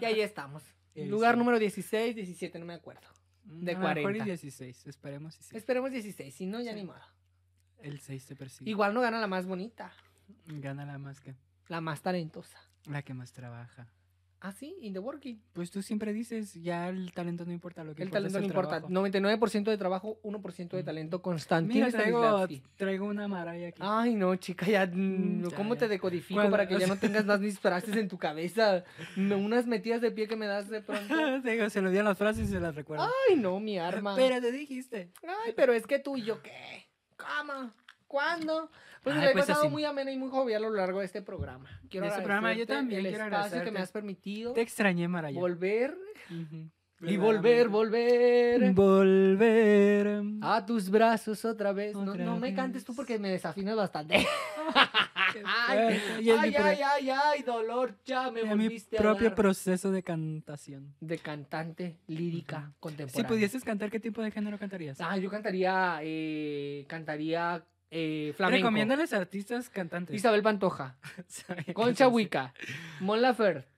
B: Y ahí estamos.
A: Eh,
B: Lugar
A: sí.
B: número 16, 17, no me acuerdo.
A: mm,
B: de
A: a lo mejor y
B: 40.
A: 16, esperemos. y sí.
B: Esperemos 16, si no, ya
A: Sí.
B: ni modo.
A: El 6 te persigue.
B: Igual no gana la más bonita,
A: Gana la más que
B: la más talentosa.
A: la que más trabaja.
B: Ah, sí, in the working.
A: Pues tú siempre dices, ya el talento no importa, lo que
B: El
A: importa es
B: talento no importa.
A: trabajo.
B: 99% de trabajo, 1% de
A: Mm.
B: talento. Constantino
A: Mira, traigo,
B: Stanislavski.
A: traigo una maraya aquí.
B: Ay, no, chica, ya. mm,
A: Mm, ya,
B: ¿Cómo
A: ya.
B: te decodifico
A: Cuando-
B: para que ya no tengas más mis frases en tu cabeza? No, unas metidas de pie que me das de
A: Te
B: pronto.
A: digo, se lo di a las frases y se las recuerdo.
B: Ay, no, mi arma.
A: Pero te dijiste.
B: Ay, pero es que tú y yo, ¿qué? ¿Cómo? ¿Cuándo? Pues me
A: Ay,
B: la he
A: pues
B: pasado
A: así.
B: muy amena y muy jovial a lo largo de este programa. Quiero
A: De este programa, yo
B: agradecerte
A: también
B: el
A: quiero
B: espacio que me
A: agradecerte.
B: has permitido
A: Te Pues extrañé, Maraya.
B: volver
A: Ujú.
B: y volver, volver
A: Volver.
B: a tus brazos otra vez. No-
A: Otra
B: no, me
A: vez.
B: cantes tú porque me desafinas bastante. Ay,
A: fuerte.
B: ay,
A: Y es mi
B: ay,
A: pro-
B: ay, ay, dolor, ya me
A: a mi
B: volviste a
A: propio
B: dar.
A: proceso de cantación.
B: de cantante lírica
A: Si
B: contemporánea.
A: pudieses cantar, ¿qué tipo de género cantarías?
B: Ah, yo cantaría, eh, cantaría eh, flamenco.
A: Recomiéndales artistas cantantes.
B: Isabel Pantoja,
A: Sabía que
B: Concha
A: ibas a
B: Huica, Mon Laferte.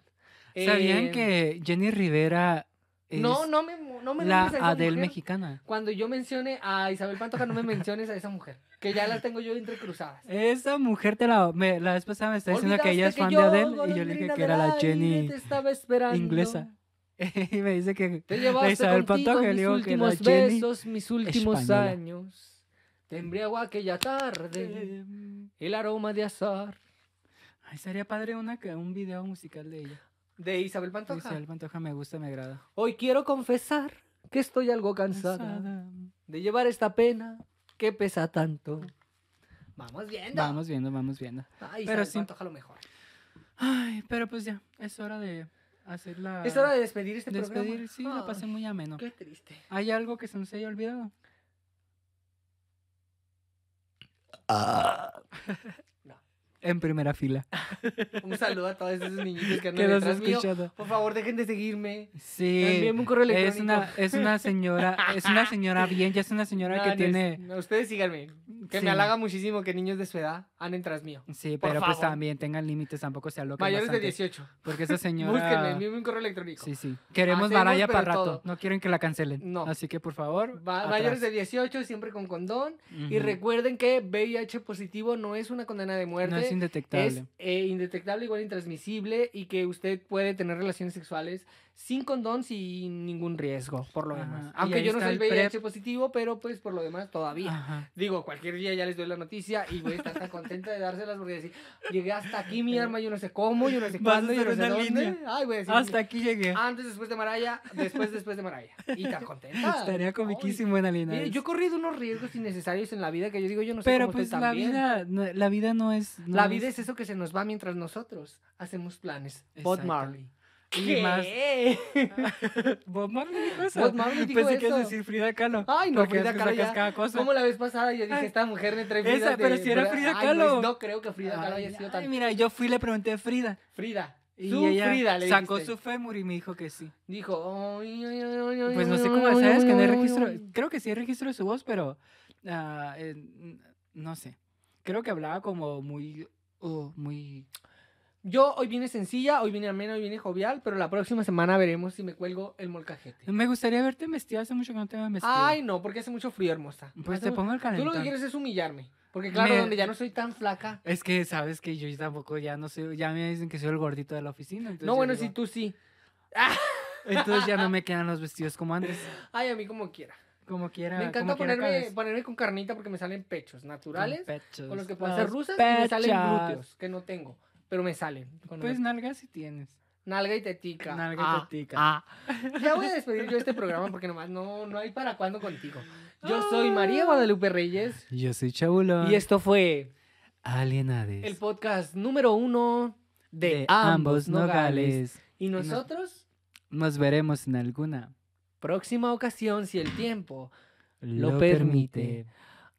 A: decir. ¿Sabían
B: eh,
A: que Jenny Rivera es
B: No, no me, no me
A: la
B: nombres a esa
A: Adele
B: mujer.
A: mexicana?
B: Cuando yo mencione a Isabel Pantoja, no me menciones a esa mujer, que ya las tengo yo entrecruzadas.
A: Esa mujer te la. me- la vez pasada me está diciendo que
B: Olvidaste
A: ella es fan de
B: yo,
A: Adele y yo le dije
B: golondrina
A: que era
B: del
A: la
B: aire,
A: Jenny.
B: te estaba esperando.
A: inglesa. y me dice que.
B: Te llevaste
A: Isabel
B: contigo
A: Pantoja,
B: mis
A: le digo que la
B: últimos
A: Jenny
B: besos, mis últimos
A: española.
B: años. Te embriagó aquella tarde el aroma de azar.
A: Ay, sería padre una, que- un video musical de ella.
B: De Isabel Pantoja.
A: Dice, el Pantoja me gusta, me agrada.
B: Hoy quiero confesar que estoy algo cansada
A: Cansada.
B: de llevar esta pena que pesa tanto. Vamos viendo.
A: Vamos viendo, vamos viendo.
B: Ay,
A: pero
B: Isabel
A: sí.
B: Pantoja lo mejor.
A: Ay, pero pues ya, es hora de hacer la...
B: Es hora de despedir este programa.
A: despedir. Sí, la
B: Ah,
A: pasé muy ameno.
B: Qué triste.
A: ¿Hay algo que se nos haya olvidado?
B: No.
A: En primera fila.
B: Un saludo a todos esos niñitos que
A: Que
B: andan
A: los he
B: detrás mío.
A: escuchado.
B: Por favor, dejen de seguirme.
A: Sí.
B: Envíenme un correo
A: Es
B: electrónico.
A: una, es una señora, es una señora bien, ya es una señora
B: No,
A: que
B: no es-
A: tiene.
B: no, ustedes síganme. Que
A: Sí.
B: me halaga muchísimo que niños de su edad anden tras mío.
A: Sí,
B: Por
A: pero pues
B: favor.
A: también tengan límites, tampoco sea loca.
B: Mayores de
A: bastante,
B: 18.
A: Porque esa
B: Búsquenme,
A: señora.
B: envíenme un correo electrónico.
A: Sí, sí. Queremos
B: Hacemos,
A: baralla
B: pero
A: para rato.
B: todo.
A: No quieren que la cancelen.
B: No.
A: Así que por favor.
B: Va- mayores de 18, siempre con condón. Y recuerden que VIH positivo no es una condena de muerte.
A: No es indetectable.
B: es, eh, indetectable, igual intransmisible y que usted puede tener relaciones sexuales sin condón, sin ningún riesgo, por lo
A: Ajá,
B: demás.
A: Ah, y
B: Aunque
A: ahí
B: yo no
A: está
B: soy
A: el Ah.
B: VIH positivo, pero pues por lo demás todavía.
A: Ajá.
B: Digo, cualquier día ya les doy la noticia y voy a estar tan contenta de dárselas porque decir, llegué hasta aquí, mi arma, yo no sé cómo, yo no sé
A: Vas a
B: cuándo, yo no
A: hacer
B: sé
A: una
B: dónde.
A: línea.
B: Ay, voy a decir,
A: Hasta aquí llegué.
B: antes, después de Maraya, después, después de Maraya. Y tan contenta.
A: Estaría
B: Ay,
A: comiquísimo en Alina.
B: mire, yo he corrido unos riesgos innecesarios en la vida que yo digo, yo no sé
A: Pero
B: cómo
A: pues
B: estoy
A: la
B: tan bien.
A: vida, no- la vida no es. no
B: La vida es eso que se nos va mientras nosotros hacemos planes. Bob
A: Exacto.
B: Marley.
A: Y más-
B: ¿Qué?
A: Bob Marley dijo eso.
B: Bob Marley dijo
A: Pensé que ibas a
B: eso.
A: decir Frida Kahlo.
B: Ay, no,
A: porque es
B: Frida
A: que
B: Kahlo
A: sacas
B: ya.
A: cada cosa.
B: Como la vez pasada yo dije,
A: Ay,
B: esta mujer me trae
A: esa,
B: vidas
A: pero
B: de-
A: si era
B: Ay,
A: Frida
B: no,
A: Kahlo.
B: No, creo que Frida Kahlo haya
A: Ay,
B: sido
A: ay,
B: tan...
A: mira, yo fui y le pregunté a Frida.
B: Frida.
A: Y
B: su
A: ella
B: Frida, le
A: sacó
B: dijiste.
A: su fémur y me dijo que sí.
B: Dijo, "Ay, ay, ay, ay, ay,
A: Pues no
B: ay,
A: sé
B: ay,
A: cómo,
B: ay,
A: sabes
B: ay,
A: que no hay
B: ay, ay,
A: registro.
B: ay".
A: Creo que sí hay registro de su voz, pero ah, eh, n- no sé. Creo que hablaba como muy, oh, muy.
B: Yo hoy vine sencilla, hoy vine amena, hoy vine jovial, pero la próxima semana veremos si me cuelgo el molcajete.
A: Me gustaría verte vestido. Hace mucho que no te veo vestido.
B: Ay, no, porque hace mucho frío, hermosa.
A: pues
B: Hace
A: te
B: mu-
A: pongo el
B: Tú lo que
A: calentón.
B: quieres es humillarme. Porque claro,
A: Me-
B: donde ya no soy tan flaca.
A: Es que sabes que yo tampoco ya no sé, ya me dicen que soy el gordito de la oficina. entonces
B: No,
A: yo
B: bueno,
A: digo,
B: si tú sí.
A: Entonces ya no me quedan los vestidos como antes,
B: Ay, a mí como quiera.
A: como quiera.
B: Me encanta
A: como quiera
B: ponerme,
A: cabes.
B: ponerme con carnita porque me salen pechos naturales.
A: Con pechos,
B: Con los que puedo hacer
A: los
B: rusas y me salen
A: pechos.
B: glúteos, que no tengo. Pero me salen. con
A: Pues
B: una-
A: nalgas sí tienes.
B: Nalga y tetica.
A: Nalga y
B: Ah,
A: tetica.
B: ah. Ya voy a despedir yo este programa porque nomás no, no hay para cuándo contigo. Yo soy María Guadalupe Reyes
A: Yo soy Chabulo.
B: y esto fue
A: Alienades.
B: el podcast número uno de, ambos nogales. Y
A: nos-
B: nosotros...
A: Nos veremos en alguna.
B: próxima ocasión, si el tiempo lo, permite.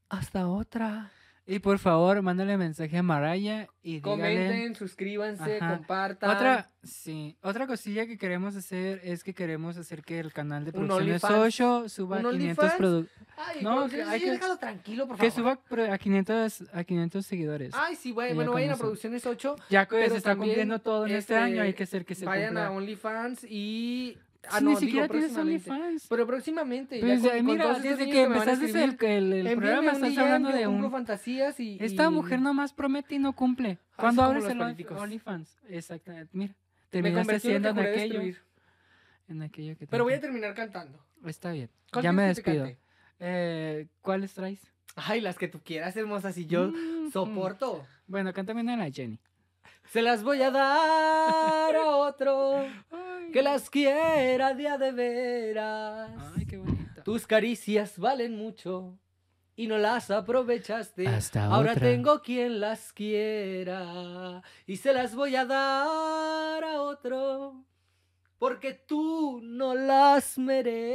B: Hasta otra.
A: Y por favor, mándale mensaje a Maraya y dígale.
B: Comenten, suscríbanse,
A: Ajá.
B: compartan.
A: Otra, sí, otra cosilla que queremos hacer es que queremos hacer que el canal de
B: Un
A: producciones
B: OnlyFans.
A: 8 suba
B: Un
A: a 500
B: OnlyFans.
A: produ-
B: Ay,
A: No,
B: no,
A: que hay que-
B: déjalo tranquilo, por
A: que
B: favor.
A: suba pro- a 500 a 500 seguidores.
B: Ay, sí, güey,
A: Ya
B: bueno,
A: con
B: vayan a
A: eso.
B: Producciones 8,
A: ya que
B: pero
A: se está
B: también,
A: cumpliendo todo en este,
B: este,
A: año, hay que hacer que se
B: vayan
A: cumpla.
B: a OnlyFans y... Ah,
A: Si
B: no,
A: ni
B: digo,
A: siquiera tienes
B: próximamente.
A: OnlyFans.
B: Pero próximamente,
A: Pues,
B: ya con-
A: eh,
B: con
A: mira,
B: todos estos
A: desde
B: niños
A: que
B: me van a
A: empezaste el,
B: escribir,
A: el, el
B: envíenme
A: programa,
B: un
A: estás
B: DM,
A: hablando
B: yo
A: de
B: cumplo
A: un
B: fantasías y...
A: Esta
B: y-
A: mujer nomás promete y no cumple.
B: Así
A: ¿Cuándo
B: como
A: abres
B: los
A: el
B: políticos.
A: OnlyFans? Exactamente, mira. Terminaste
B: convertí en lo
A: siendo
B: que
A: en
B: juré
A: aquello.
B: destruir.
A: En aquello que
B: Pero voy a
A: tanto-
B: terminar cantando.
A: Está bien.
B: ¿Cuál
A: Ya me
B: quieres que te
A: despido.
B: cante?
A: Eh, ¿Cuáles traes?
B: Ay, las que tú quieras, hermosas, y yo
A: Mm,
B: soporto.
A: mm. Bueno, cántame una de la Jenny.
B: Se las voy a dar a otro que las quiera de a de veras.
A: Ay, qué bonito.
B: Tus caricias valen mucho y no las aprovechaste.
A: Hasta
B: Ahora
A: otra.
B: tengo quien las quiera y se las voy a dar a otro porque tú no las mereces.